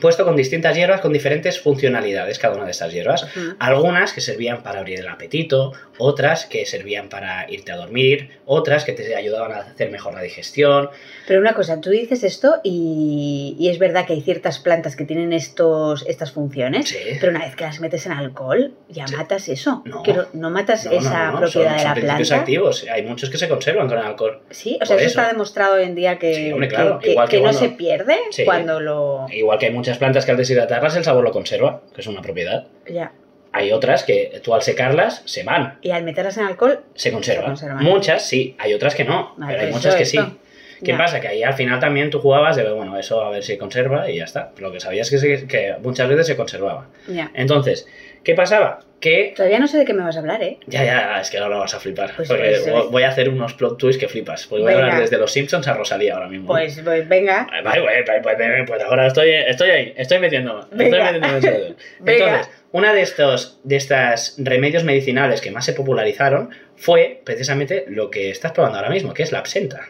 Speaker 2: puesto con distintas hierbas, con diferentes funcionalidades cada una de estas hierbas.
Speaker 1: Ujú.
Speaker 2: Algunas que servían para abrir el apetito, otras que servían para irte a dormir, otras que te ayudaban a hacer mejor la digestión.
Speaker 1: Pero una cosa, tú dices esto y, y es verdad que hay ciertas plantas que tienen estos, estas funciones,
Speaker 2: Sí.
Speaker 1: pero una vez que las metes en alcohol, ya
Speaker 2: Sí.
Speaker 1: matas eso.
Speaker 2: No.
Speaker 1: Quiero- no matas
Speaker 2: No, no,
Speaker 1: esa
Speaker 2: no, no,
Speaker 1: propiedad
Speaker 2: son-
Speaker 1: de
Speaker 2: son
Speaker 1: la
Speaker 2: principios
Speaker 1: planta.
Speaker 2: activos. Hay muchos que se conservan con el alcohol.
Speaker 1: Sí, o sea,
Speaker 2: Por
Speaker 1: eso
Speaker 2: eso.
Speaker 1: está demostrado hoy en día que,
Speaker 2: Sí, hombre,
Speaker 1: que-
Speaker 2: claro,
Speaker 1: que-
Speaker 2: igual que
Speaker 1: que no
Speaker 2: cuando-
Speaker 1: se pierde
Speaker 2: Sí.
Speaker 1: cuando lo...
Speaker 2: Igual que hay muchas plantas que al deshidratarlas el sabor lo conserva, que es una propiedad.
Speaker 1: Ya.
Speaker 2: Hay otras que tú al secarlas se van,
Speaker 1: Y al meterlas en alcohol,
Speaker 2: se conservan.
Speaker 1: Se conservan.
Speaker 2: Muchas sí, hay otras que no,
Speaker 1: Vale,
Speaker 2: pero hay
Speaker 1: pues
Speaker 2: muchas
Speaker 1: yo
Speaker 2: que
Speaker 1: esto.
Speaker 2: sí. ¿Qué
Speaker 1: Ya.
Speaker 2: pasa? Que ahí al final también tú jugabas de, bueno, eso a ver si conserva y ya está. Lo que sabías es que, se- que muchas veces se conservaba.
Speaker 1: ya.
Speaker 2: Entonces, ¿qué pasaba? Que...
Speaker 1: Todavía no sé de qué me vas a hablar, ¿eh?
Speaker 2: Ya, ya, es que ahora vas a flipar.
Speaker 1: Pues,
Speaker 2: porque
Speaker 1: pues,
Speaker 2: vo-
Speaker 1: eh.
Speaker 2: voy a hacer unos plot twists que flipas. Porque voy a
Speaker 1: Venga.
Speaker 2: hablar desde los Simpsons a Rosalía ahora mismo.
Speaker 1: Pues, pues venga.
Speaker 2: Ay, Vale, pues, pues, pues, pues ahora estoy, estoy ahí, estoy metiendo. Estoy
Speaker 1: Venga.
Speaker 2: metiendo mucho dedo.
Speaker 1: Venga.
Speaker 2: Entonces, una de estos de estas remedios medicinales que más se popularizaron fue precisamente lo que estás probando ahora mismo, que es la absenta,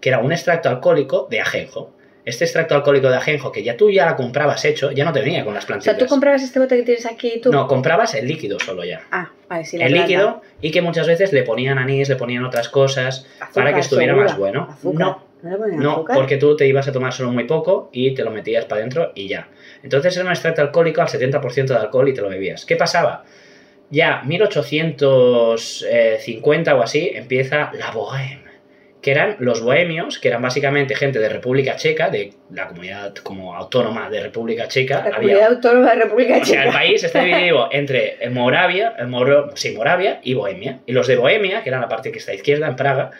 Speaker 2: que era un extracto alcohólico de ajenjo. Este extracto alcohólico de ajenjo que ya tú ya la comprabas hecho, ya no te venía con las
Speaker 1: O
Speaker 2: plantillas.
Speaker 1: sea, tú comprabas este bote que tienes aquí tú.
Speaker 2: No, comprabas el líquido solo ya.
Speaker 1: Ah, vale, sí, la
Speaker 2: El
Speaker 1: plata.
Speaker 2: líquido y que muchas veces le ponían anís, le ponían otras cosas
Speaker 1: Azúcar,
Speaker 2: para que estuviera
Speaker 1: segura.
Speaker 2: más bueno.
Speaker 1: Azúcar.
Speaker 2: No,
Speaker 1: ¿No le ponían
Speaker 2: no,
Speaker 1: azúcar?
Speaker 2: porque tú te ibas a tomar solo muy poco y te lo metías para adentro y ya. Entonces era un extracto alcohólico al 70% de alcohol y te lo bebías. ¿Qué pasaba? Ya 1850 o así empieza la Bohème, que eran los bohemios, que eran básicamente gente de República Checa, de la comunidad como autónoma de República Checa.
Speaker 1: La
Speaker 2: Había-
Speaker 1: comunidad autónoma de la República
Speaker 2: o sea, el
Speaker 1: Checa.
Speaker 2: país está dividido entre eh, Moravia, eh, Moro- sí, Moravia y Bohemia. Y los de Bohemia, que era la parte que está a izquierda, en Praga,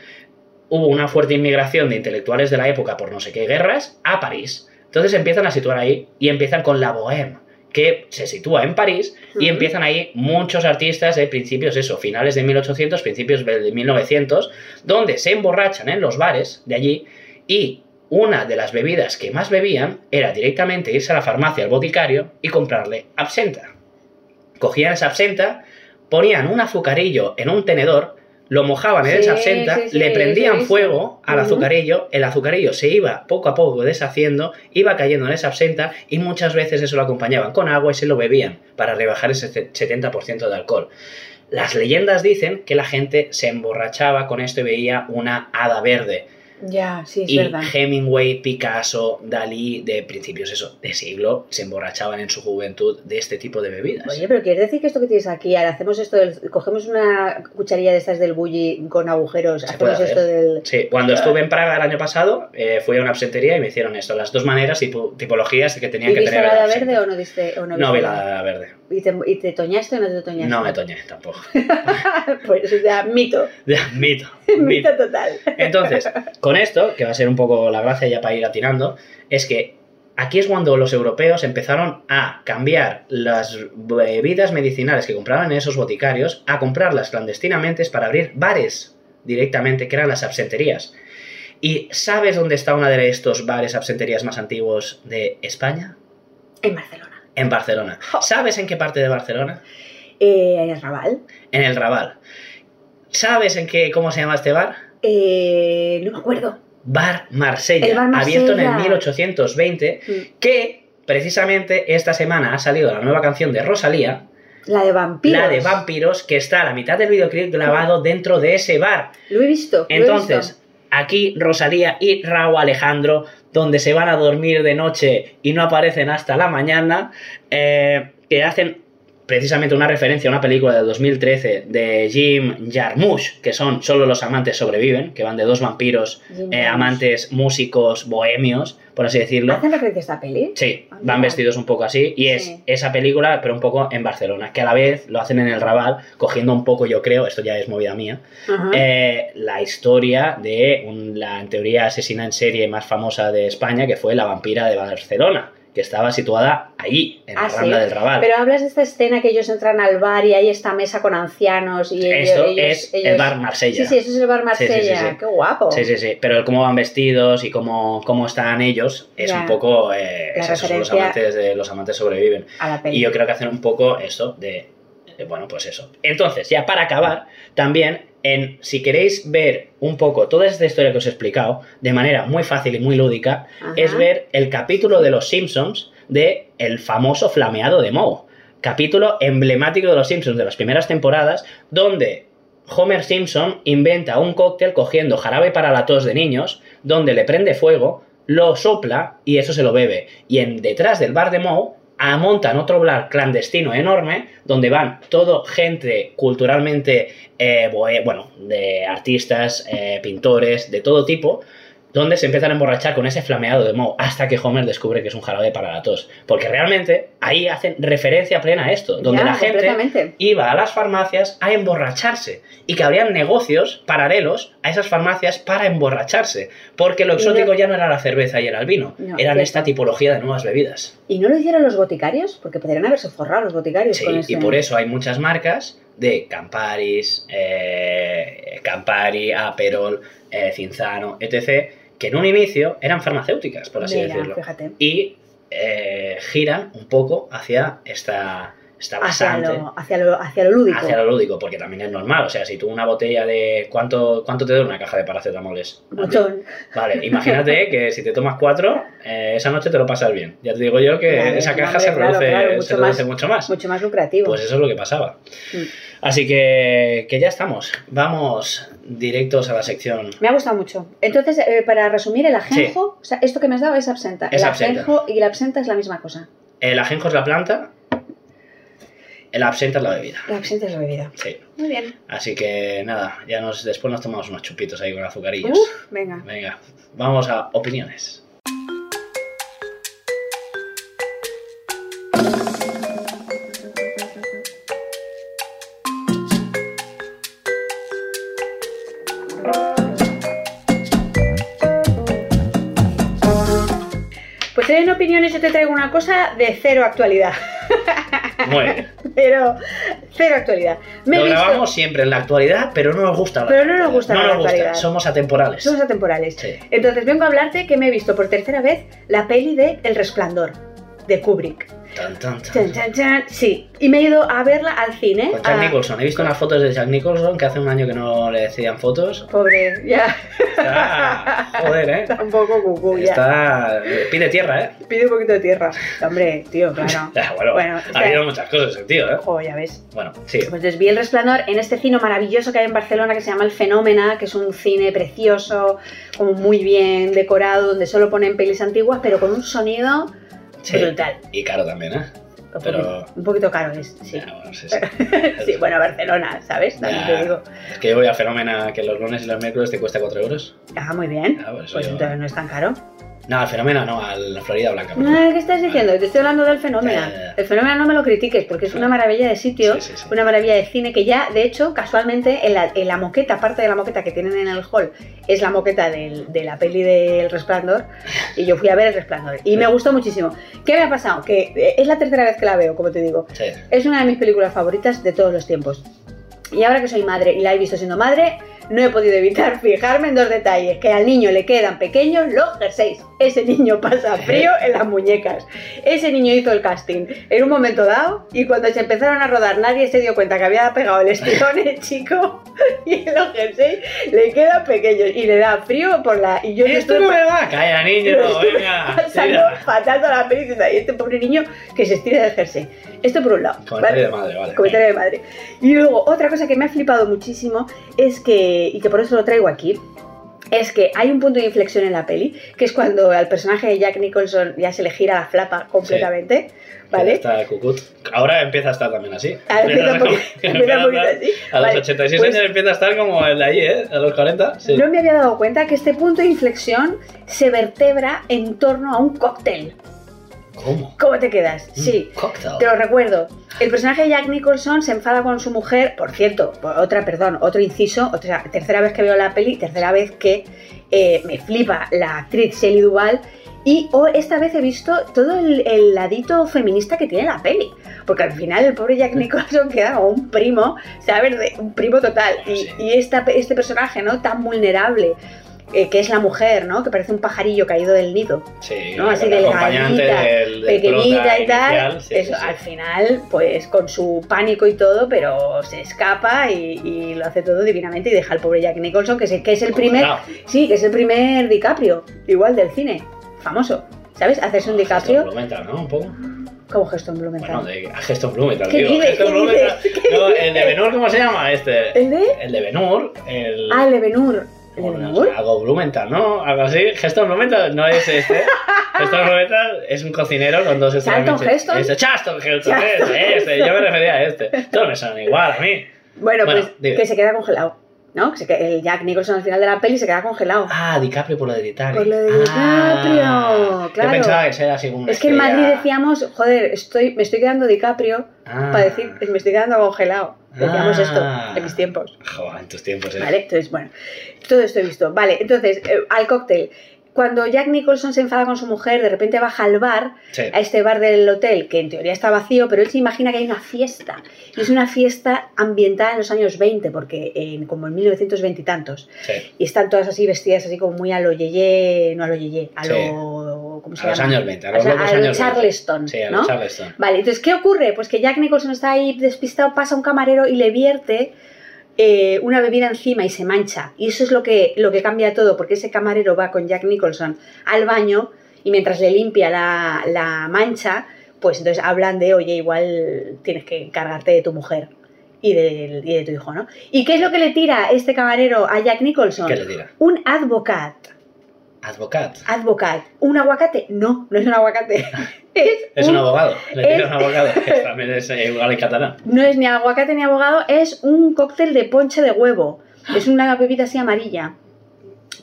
Speaker 2: hubo una fuerte inmigración de intelectuales de la época por no sé qué guerras a París. Entonces empiezan a situar ahí y empiezan con la Bohème, que se sitúa en París y
Speaker 1: Ujú.
Speaker 2: empiezan ahí muchos artistas de principios, eso, finales de 1800, principios de 1900, donde se emborrachan en los bares de allí y una de las bebidas que más bebían era directamente irse a la farmacia, al boticario y comprarle absenta. Cogían esa absenta, ponían un azucarillo en un tenedor, lo mojaban en
Speaker 1: Sí,
Speaker 2: esa absenta,
Speaker 1: sí, sí,
Speaker 2: le
Speaker 1: eso
Speaker 2: prendían
Speaker 1: hice.
Speaker 2: fuego al
Speaker 1: Ujú.
Speaker 2: azucarillo, el azucarillo se iba poco a poco deshaciendo, iba cayendo en esa absenta y muchas veces eso lo acompañaban con agua y se lo bebían para rebajar ese 70% de alcohol. Las leyendas dicen que la gente se emborrachaba con esto y veía una hada verde
Speaker 1: Ya, sí, es
Speaker 2: y
Speaker 1: verdad.
Speaker 2: Hemingway, Picasso, Dalí, de principios eso, de siglo, se emborrachaban en su juventud de este tipo de bebidas.
Speaker 1: Oye, pero ¿quieres decir que esto que tienes aquí, ahora hacemos esto del- cogemos una cucharilla de estas del bully con agujeros,
Speaker 2: Se puede
Speaker 1: hacemos esto del...
Speaker 2: Sí, cuando estuve en Praga el año pasado, eh, fui a una absentería y me hicieron esto, las dos maneras y pu- tipologías que tenían
Speaker 1: ¿Y
Speaker 2: que
Speaker 1: viste
Speaker 2: tener.
Speaker 1: la
Speaker 2: el
Speaker 1: hada
Speaker 2: absente.
Speaker 1: verde o no diste? O no,
Speaker 2: No vi
Speaker 1: viste
Speaker 2: la
Speaker 1: nada?
Speaker 2: hada verde.
Speaker 1: ¿Y te, ¿Y te toñaste o no te toñaste?
Speaker 2: No me toñé tampoco.
Speaker 1: pues, o sea, mito,
Speaker 2: Mito. Mito.
Speaker 1: mito total.
Speaker 2: Entonces, con esto, que va a ser un poco la gracia ya para ir atinando, es que aquí es cuando los europeos empezaron a cambiar las bebidas medicinales que compraban en esos boticarios a comprarlas clandestinamente para abrir bares directamente, que eran las absenterías. ¿Y sabes dónde está una de estos bares absenterías más antiguos de España?
Speaker 1: En Barcelona.
Speaker 2: En Barcelona.
Speaker 1: Jo.
Speaker 2: ¿Sabes en qué parte de Barcelona?
Speaker 1: Eh, en Raval.
Speaker 2: En el Raval. ¿Sabes en qué cómo se llama este bar?
Speaker 1: Eh, no me acuerdo.
Speaker 2: Bar Marsella,
Speaker 1: El Bar Marsella.
Speaker 2: abierto en el 1820,
Speaker 1: Mm.
Speaker 2: que precisamente esta semana ha salido la nueva canción de Rosalía,
Speaker 1: La de vampiros.
Speaker 2: la de Vampiros, que está a la mitad del videoclip grabado dentro de ese bar.
Speaker 1: Lo he visto. lo he
Speaker 2: Entonces, aquí Rosalía y Raúl Alejandro, donde se van a dormir de noche y no aparecen hasta la mañana, eh, que hacen precisamente una referencia a una película del 2013 de Jim Jarmusch, que son Solo los amantes sobreviven, que van de dos vampiros
Speaker 1: visto. Jim
Speaker 2: eh,
Speaker 1: Jones.
Speaker 2: amantes músicos bohemios, por así decirlo.
Speaker 1: ¿Hacen referencia a esta peli?
Speaker 2: Sí,
Speaker 1: Ah,
Speaker 2: van
Speaker 1: mira.
Speaker 2: vestidos un poco así y es
Speaker 1: Sí.
Speaker 2: esa película, pero un poco en Barcelona, que a la vez lo hacen en el Raval, cogiendo un poco, yo creo, esto ya es movida mía,
Speaker 1: Ajá.
Speaker 2: eh, la historia de un- la, en teoría, asesina en serie más famosa de España, que fue la vampira de Barcelona, que estaba situada allí, en
Speaker 1: Ah,
Speaker 2: la
Speaker 1: ¿sí?
Speaker 2: Rambla del Raval.
Speaker 1: Pero hablas de esta escena que ellos entran al bar y hay esta mesa con ancianos y ellos...
Speaker 2: esto
Speaker 1: ellos-
Speaker 2: es el
Speaker 1: ellos-
Speaker 2: bar Marsella.
Speaker 1: Sí, sí, eso es el bar
Speaker 2: Sí, sí,
Speaker 1: Marsella.
Speaker 2: sí, sí.
Speaker 1: Qué guapo.
Speaker 2: Sí, sí, sí. Pero el cómo van vestidos y cómo, cómo están ellos es
Speaker 1: Ya.
Speaker 2: un poco... eh,
Speaker 1: La
Speaker 2: es eso, los,
Speaker 1: referencia-
Speaker 2: amantes de, los amantes sobreviven.
Speaker 1: A la peli.
Speaker 2: Y yo creo que hacen un poco esto de... eh, Bueno, pues eso. Entonces, ya para acabar, también, en, si queréis ver un poco toda esta historia que os he explicado, de manera muy fácil y muy lúdica,
Speaker 1: Ajá.
Speaker 2: es ver el capítulo de Los Simpsons de el famoso flameado de Moe. Capítulo emblemático de Los Simpsons de las primeras temporadas, donde Homer Simpson inventa un cóctel cogiendo jarabe para la tos de niños, donde le prende fuego, lo sopla y eso se lo bebe. Y en detrás del bar de Moe ah, montan otro bar clandestino enorme donde van todo gente culturalmente eh, bohe- bueno de artistas eh, pintores de todo tipo donde se empiezan a emborrachar con ese flameado de Moe hasta que Homer descubre que es un jarabe para la tos. Porque realmente ahí hacen referencia plena a esto, donde
Speaker 1: Ya,
Speaker 2: la gente
Speaker 1: completamente.
Speaker 2: iba a las farmacias a emborracharse y que habrían negocios paralelos a esas farmacias para emborracharse, porque lo
Speaker 1: Y no-
Speaker 2: exótico ya no era la cerveza y era el vino,
Speaker 1: No,
Speaker 2: eran
Speaker 1: cierto.
Speaker 2: esta tipología de nuevas bebidas.
Speaker 1: ¿Y no lo hicieron los boticarios? Porque podrían haberse forrado los boticarios
Speaker 2: Sí,
Speaker 1: con
Speaker 2: y
Speaker 1: este-
Speaker 2: por eso hay muchas marcas de Camparis, eh, Campari, Aperol, eh, Cinzano, etc., que en un inicio eran farmacéuticas, por así
Speaker 1: Mira,
Speaker 2: decirlo.
Speaker 1: fíjate.
Speaker 2: Y eh, giran un poco hacia esta, esta
Speaker 1: Hacia
Speaker 2: basante.
Speaker 1: lo, hacia, lo, hacia lo lúdico.
Speaker 2: Hacia lo lúdico, porque también es normal. O sea, si tú una botella de. ¿Cuánto, cuánto te da una caja de paracetamoles?
Speaker 1: Botón.
Speaker 2: Vale, imagínate que si te tomas cuatro, eh, esa noche te lo pasas bien. Ya te digo yo que
Speaker 1: Claro,
Speaker 2: esa
Speaker 1: hombre,
Speaker 2: caja se
Speaker 1: claro,
Speaker 2: reduce,
Speaker 1: claro,
Speaker 2: se
Speaker 1: mucho
Speaker 2: reduce
Speaker 1: más.
Speaker 2: mucho más.
Speaker 1: Mucho más lucrativo.
Speaker 2: Pues eso es lo que pasaba.
Speaker 1: Mm.
Speaker 2: Así que, que ya estamos. Vamos directos a la sección.
Speaker 1: Me ha gustado mucho. Entonces, eh, para resumir, el ajenjo, o sea, esto que me has dado es absenta.
Speaker 2: Es
Speaker 1: el
Speaker 2: absenta.
Speaker 1: ajenjo y la absenta es la misma cosa.
Speaker 2: El ajenjo es la planta, el absenta es la bebida.
Speaker 1: La absenta es la bebida.
Speaker 2: Sí.
Speaker 1: Muy bien.
Speaker 2: Así que nada, ya nos después nos tomamos unos chupitos ahí con azucarillos.
Speaker 1: Uf, venga.
Speaker 2: Venga, vamos a opiniones.
Speaker 1: Pues en opiniones yo te traigo una cosa de cero actualidad.
Speaker 2: Muy bien.
Speaker 1: Pero cero actualidad. Me
Speaker 2: Lo
Speaker 1: he visto-
Speaker 2: grabamos siempre en la actualidad, pero no nos gusta. hablar
Speaker 1: Pero
Speaker 2: de
Speaker 1: no nos
Speaker 2: actualidad.
Speaker 1: gusta
Speaker 2: No
Speaker 1: la
Speaker 2: nos gusta,
Speaker 1: actualidad.
Speaker 2: somos atemporales.
Speaker 1: Somos atemporales.
Speaker 2: Sí.
Speaker 1: Entonces vengo a hablarte que me he visto por tercera vez la peli de El Resplandor, de Kubrick.
Speaker 2: Tan, tan, tan.
Speaker 1: Chan, Ah. chan, chan. Sí, y me he ido a verla al cine.
Speaker 2: Con Jack
Speaker 1: a-
Speaker 2: Nicholson. He visto unas fotos de Jack Nicholson que hace un año que no le decían fotos.
Speaker 1: Pobre, ya.
Speaker 2: Está- joder, ¿eh?
Speaker 1: Está un poco cucú, ya.
Speaker 2: Está... Pide tierra, ¿eh?
Speaker 1: Pide un poquito de tierra. Hombre, tío, claro.
Speaker 2: Ah, Bueno,
Speaker 1: Bueno,
Speaker 2: ha
Speaker 1: está-
Speaker 2: habido muchas cosas el tío, ¿eh?
Speaker 1: Ojo, ya ves.
Speaker 2: Bueno, sí.
Speaker 1: Pues les vi el resplandor en este cine maravilloso que hay en Barcelona que se llama El Fenómena, que es un cine precioso, como muy bien decorado, donde solo ponen pelis antiguas, pero con un sonido
Speaker 2: sí.
Speaker 1: brutal.
Speaker 2: Y caro también, ¿eh?
Speaker 1: Un
Speaker 2: Pero-
Speaker 1: poquito- Un poquito caro es, sí.
Speaker 2: Ah, bueno, sí, sí.
Speaker 1: Sí, bueno, Barcelona, ¿sabes? También
Speaker 2: Ya.
Speaker 1: te digo.
Speaker 2: Es que yo voy a Fenómena que los lunes y los miércoles te cuesta 4 euros.
Speaker 1: Ah, muy bien.
Speaker 2: Ah, pues
Speaker 1: Pues
Speaker 2: yo-
Speaker 1: entonces no es tan caro.
Speaker 2: No, al Fenómena no, al Florida Blanca. perdón.
Speaker 1: Ah, ¿Qué estás diciendo? Te estoy hablando del
Speaker 2: Ya, ya, ya.
Speaker 1: fenómeno. El fenómeno no me lo critiques porque es una maravilla de sitio,
Speaker 2: Sí, sí, sí.
Speaker 1: una maravilla de cine que ya, de hecho, casualmente en la, en la moqueta, parte de la moqueta que tienen en el hall, es la moqueta del- de la peli del Resplandor y yo fui a ver el Resplandor y me gustó muchísimo. ¿Qué me ha pasado? Que eh, es la tercera vez que la veo, como te digo.
Speaker 2: Sí.
Speaker 1: Es una de mis películas favoritas de todos los tiempos. Y ahora que soy madre y la he visto siendo madre, no he podido evitar fijarme en dos detalles, que al niño le quedan pequeños los jerseys. Ese niño pasa frío en las muñecas. Ese niño hizo el casting en un momento dado y cuando se empezaron a rodar nadie se dio cuenta que había pegado el estirón el chico y los jerseys le quedan pequeños y le da frío por la... Y yo le
Speaker 2: Esto
Speaker 1: estoy
Speaker 2: no Ah, me va. Calla, niño,
Speaker 1: estuve
Speaker 2: venga.
Speaker 1: pasando
Speaker 2: tira.
Speaker 1: fatal toda la peli diciendo, "Ay, este pobre niño que se estira del jersey. Esto por un lado.
Speaker 2: Comentario de
Speaker 1: ¿vale?
Speaker 2: madre, vale.
Speaker 1: comentario de madre. Y luego, otra cosa que me ha flipado muchísimo es que, y que por eso lo traigo aquí, es que hay un punto de inflexión en la peli, que es cuando al personaje de Jack Nicholson ya se le gira la flapa completamente,
Speaker 2: Ya
Speaker 1: ¿vale?
Speaker 2: Está el cucut. Ahora empieza a estar también así.
Speaker 1: Ahora empieza un poquito- empieza un poquito
Speaker 2: a estar-
Speaker 1: así.
Speaker 2: A los
Speaker 1: Vale,
Speaker 2: 86
Speaker 1: pues-
Speaker 2: años empieza a estar como el de allí, ¿eh? A los 40. Sí.
Speaker 1: No me había dado cuenta que este punto de inflexión se vertebra en torno a un cóctel.
Speaker 2: ¿Cómo?
Speaker 1: ¿Cómo te quedas? Sí.
Speaker 2: Un cóctel.
Speaker 1: Te lo recuerdo. El personaje de Jack Nicholson se enfada con su mujer, por cierto, por otra, perdón, otro inciso, otra, tercera vez que veo la peli, tercera vez que eh, me flipa la actriz Shelley Duvall. Y oh, esta vez he visto todo el, el ladito feminista que tiene la peli. Porque al final el pobre Jack Nicholson queda como un primo, ¿sabes? De- un primo total. Y,
Speaker 2: Sí.
Speaker 1: y esta, este personaje, ¿no? Tan vulnerable, eh, que es la mujer, ¿no? Que parece un pajarillo caído del nido.
Speaker 2: Sí,
Speaker 1: ¿no? Así
Speaker 2: el
Speaker 1: delgadita,
Speaker 2: acompañante del, del
Speaker 1: pequeñita
Speaker 2: prota
Speaker 1: y tal.
Speaker 2: inicial, sí,
Speaker 1: eso,
Speaker 2: sí, sí.
Speaker 1: Al final, pues con su pánico y todo, pero se escapa y, y lo hace todo divinamente y deja al pobre Jack Nicholson, que es, el- que es el primer,
Speaker 2: Claro,
Speaker 1: sí, que es el primer DiCaprio, igual del cine, famoso. ¿Sabes? Hacerse un
Speaker 2: Geston
Speaker 1: DiCaprio
Speaker 2: Blumenthal, ¿no? Un poco.
Speaker 1: como gesto Blumenthal.
Speaker 2: Bueno, de a Geston Blumenthal,
Speaker 1: ¿Qué
Speaker 2: digo,
Speaker 1: dices?
Speaker 2: Geston
Speaker 1: ¿Qué
Speaker 2: Blumenthal.
Speaker 1: dices?
Speaker 2: No, el de Benur, ¿cómo se llama este?
Speaker 1: ¿El de?
Speaker 2: El de Benur, el...
Speaker 1: Ah, el de Benur. ¿El de
Speaker 2: bueno,
Speaker 1: Benur?
Speaker 2: algo Blumenthal, ¿no? Algo así. Geston Blumenthal no es este. Geston Blumenthal es un cocinero con dos
Speaker 1: Charlton
Speaker 2: estrellas.
Speaker 1: Heston.
Speaker 2: Este, Charlton Heston,
Speaker 1: Charlton
Speaker 2: este, este. Yo me refería a este. Todos me suenan igual a mí.
Speaker 1: Bueno,
Speaker 2: Bueno,
Speaker 1: pues
Speaker 2: dime.
Speaker 1: que se queda congelado. ¿no? Que se que- el Jack Nicholson al final de la peli se queda congelado.
Speaker 2: Ah, DiCaprio por lo de Titanic.
Speaker 1: Por lo de
Speaker 2: Ah,
Speaker 1: DiCaprio, claro.
Speaker 2: Yo pensaba que era así como una
Speaker 1: es que en
Speaker 2: estrella.
Speaker 1: Madrid decíamos, joder, estoy, me estoy quedando DiCaprio
Speaker 2: Ah.
Speaker 1: para decir, pues, me estoy quedando congelado. Decíamos
Speaker 2: Ah.
Speaker 1: esto en mis tiempos.
Speaker 2: Joder, en tus tiempos, ¿eh?
Speaker 1: Vale, entonces, bueno, todo esto he visto. Vale, entonces, eh, al cóctel. Cuando Jack Nicholson se enfada con su mujer, de repente baja al bar,
Speaker 2: Sí.
Speaker 1: a este bar del hotel, que en teoría está vacío, pero él se imagina que hay una fiesta. Y es una fiesta ambientada en los años 20, porque en, como en 1920 y tantos.
Speaker 2: sí.
Speaker 1: Y están todas así vestidas, así como muy a lo yeye, no a lo yeye, a
Speaker 2: Sí.
Speaker 1: lo. ¿Cómo se
Speaker 2: A los
Speaker 1: llama?
Speaker 2: años 20, a
Speaker 1: O
Speaker 2: los
Speaker 1: sea,
Speaker 2: locos
Speaker 1: a lo
Speaker 2: años 20.
Speaker 1: Charleston,
Speaker 2: Sí, a
Speaker 1: ¿no?
Speaker 2: los Charleston.
Speaker 1: Vale, entonces, ¿qué ocurre? Pues que Jack Nicholson está ahí despistado, pasa un camarero y le vierte eh, una bebida encima y se mancha. Y eso es lo que, lo que cambia todo, porque ese camarero va con Jack Nicholson al baño y mientras le limpia la, la mancha, pues entonces hablan de, oye, igual tienes que encargarte de tu mujer y de, y de tu hijo, ¿no? ¿Y qué es lo que le tira este camarero a Jack Nicholson?
Speaker 2: ¿Qué le tira?
Speaker 1: Un advocat.
Speaker 2: Advocat.
Speaker 1: Advocat. ¿Un aguacate? No, no es un aguacate. es
Speaker 2: Es un abogado. Le
Speaker 1: es-
Speaker 2: tira un abogado. que también es eh, igual en catalán.
Speaker 1: No es ni aguacate ni abogado, es un cóctel de ponche de huevo. Es una bebida así amarilla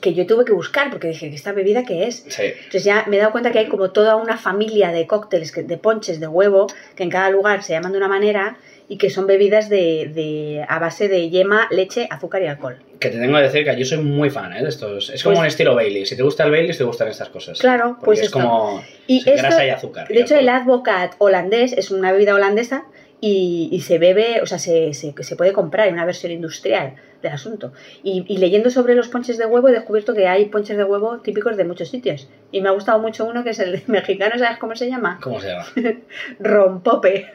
Speaker 1: que yo tuve que buscar porque dije, ¿esta bebida qué es?
Speaker 2: Sí.
Speaker 1: Entonces ya me he dado cuenta que hay como toda una familia de cócteles, que- de ponches de huevo, que en cada lugar se llaman de una manera y que son bebidas de, de- a base de yema, leche, azúcar y alcohol.
Speaker 2: Que te tengo que decir que yo soy muy fan ¿eh? de estos. Es como
Speaker 1: Pues-
Speaker 2: un estilo Bailey. Si te gusta el Bailey, te gustan estas cosas.
Speaker 1: Claro,
Speaker 2: Porque
Speaker 1: pues
Speaker 2: es
Speaker 1: esto.
Speaker 2: como
Speaker 1: y
Speaker 2: sin
Speaker 1: esto,
Speaker 2: grasa y azúcar. pues,
Speaker 1: de hecho, el advocat holandés es una bebida holandesa y, y se bebe, o sea, se, se- se puede comprar en una versión industrial del asunto. Y, y leyendo sobre los ponches de huevo he descubierto que hay ponches de huevo típicos de muchos sitios. Y me ha gustado mucho uno que es el de mexicano, ¿sabes cómo se llama?
Speaker 2: ¿Cómo se llama?
Speaker 1: Rompope.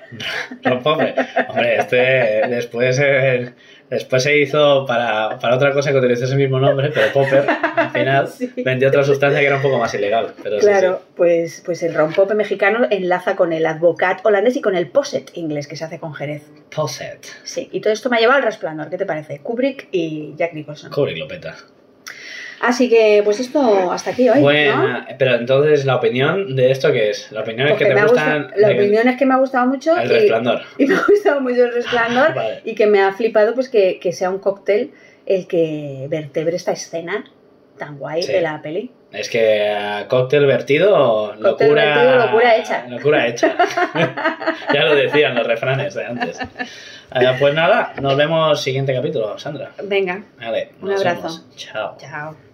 Speaker 2: Rompope. Hombre, este eh, después, eh, después se hizo para, para otra cosa que utilizó ese mismo nombre, pero Popper al final
Speaker 1: Sí.
Speaker 2: vendió otra sustancia que era un poco más ilegal. Pero sí,
Speaker 1: Claro, pues, pues el rompope mexicano enlaza con el advocat holandés y con el posset inglés que se hace con Jerez.
Speaker 2: sí. Posset.
Speaker 1: Sí, y todo esto me ha llevado al resplandor, ¿qué te parece? Kubrick y Jack Nicholson.
Speaker 2: Kubrick lo peta.
Speaker 1: Así que, pues esto hasta aquí hoy. ¿no?
Speaker 2: Bueno, pero entonces la opinión de esto que es, la opinión es que
Speaker 1: Porque me
Speaker 2: te
Speaker 1: ha
Speaker 2: gustan
Speaker 1: gustado- la
Speaker 2: de-
Speaker 1: opinión es que me ha gustado mucho
Speaker 2: el
Speaker 1: y,
Speaker 2: resplandor.
Speaker 1: y me ha gustado mucho el resplandor
Speaker 2: Vale.
Speaker 1: y que me ha flipado pues que, que sea un cóctel el que vertebre esta escena tan guay
Speaker 2: Sí.
Speaker 1: de la peli.
Speaker 2: Es que eh, cóctel vertido,
Speaker 1: Cóctel
Speaker 2: locura,
Speaker 1: vertido, locura hecha.
Speaker 2: locura hecha. ya lo decían los refranes de antes. Eh, pues nada, nos vemos siguiente capítulo, Sandra.
Speaker 1: Venga,
Speaker 2: Vale,
Speaker 1: Un
Speaker 2: nos
Speaker 1: abrazo.
Speaker 2: vemos. Chao.
Speaker 1: chao.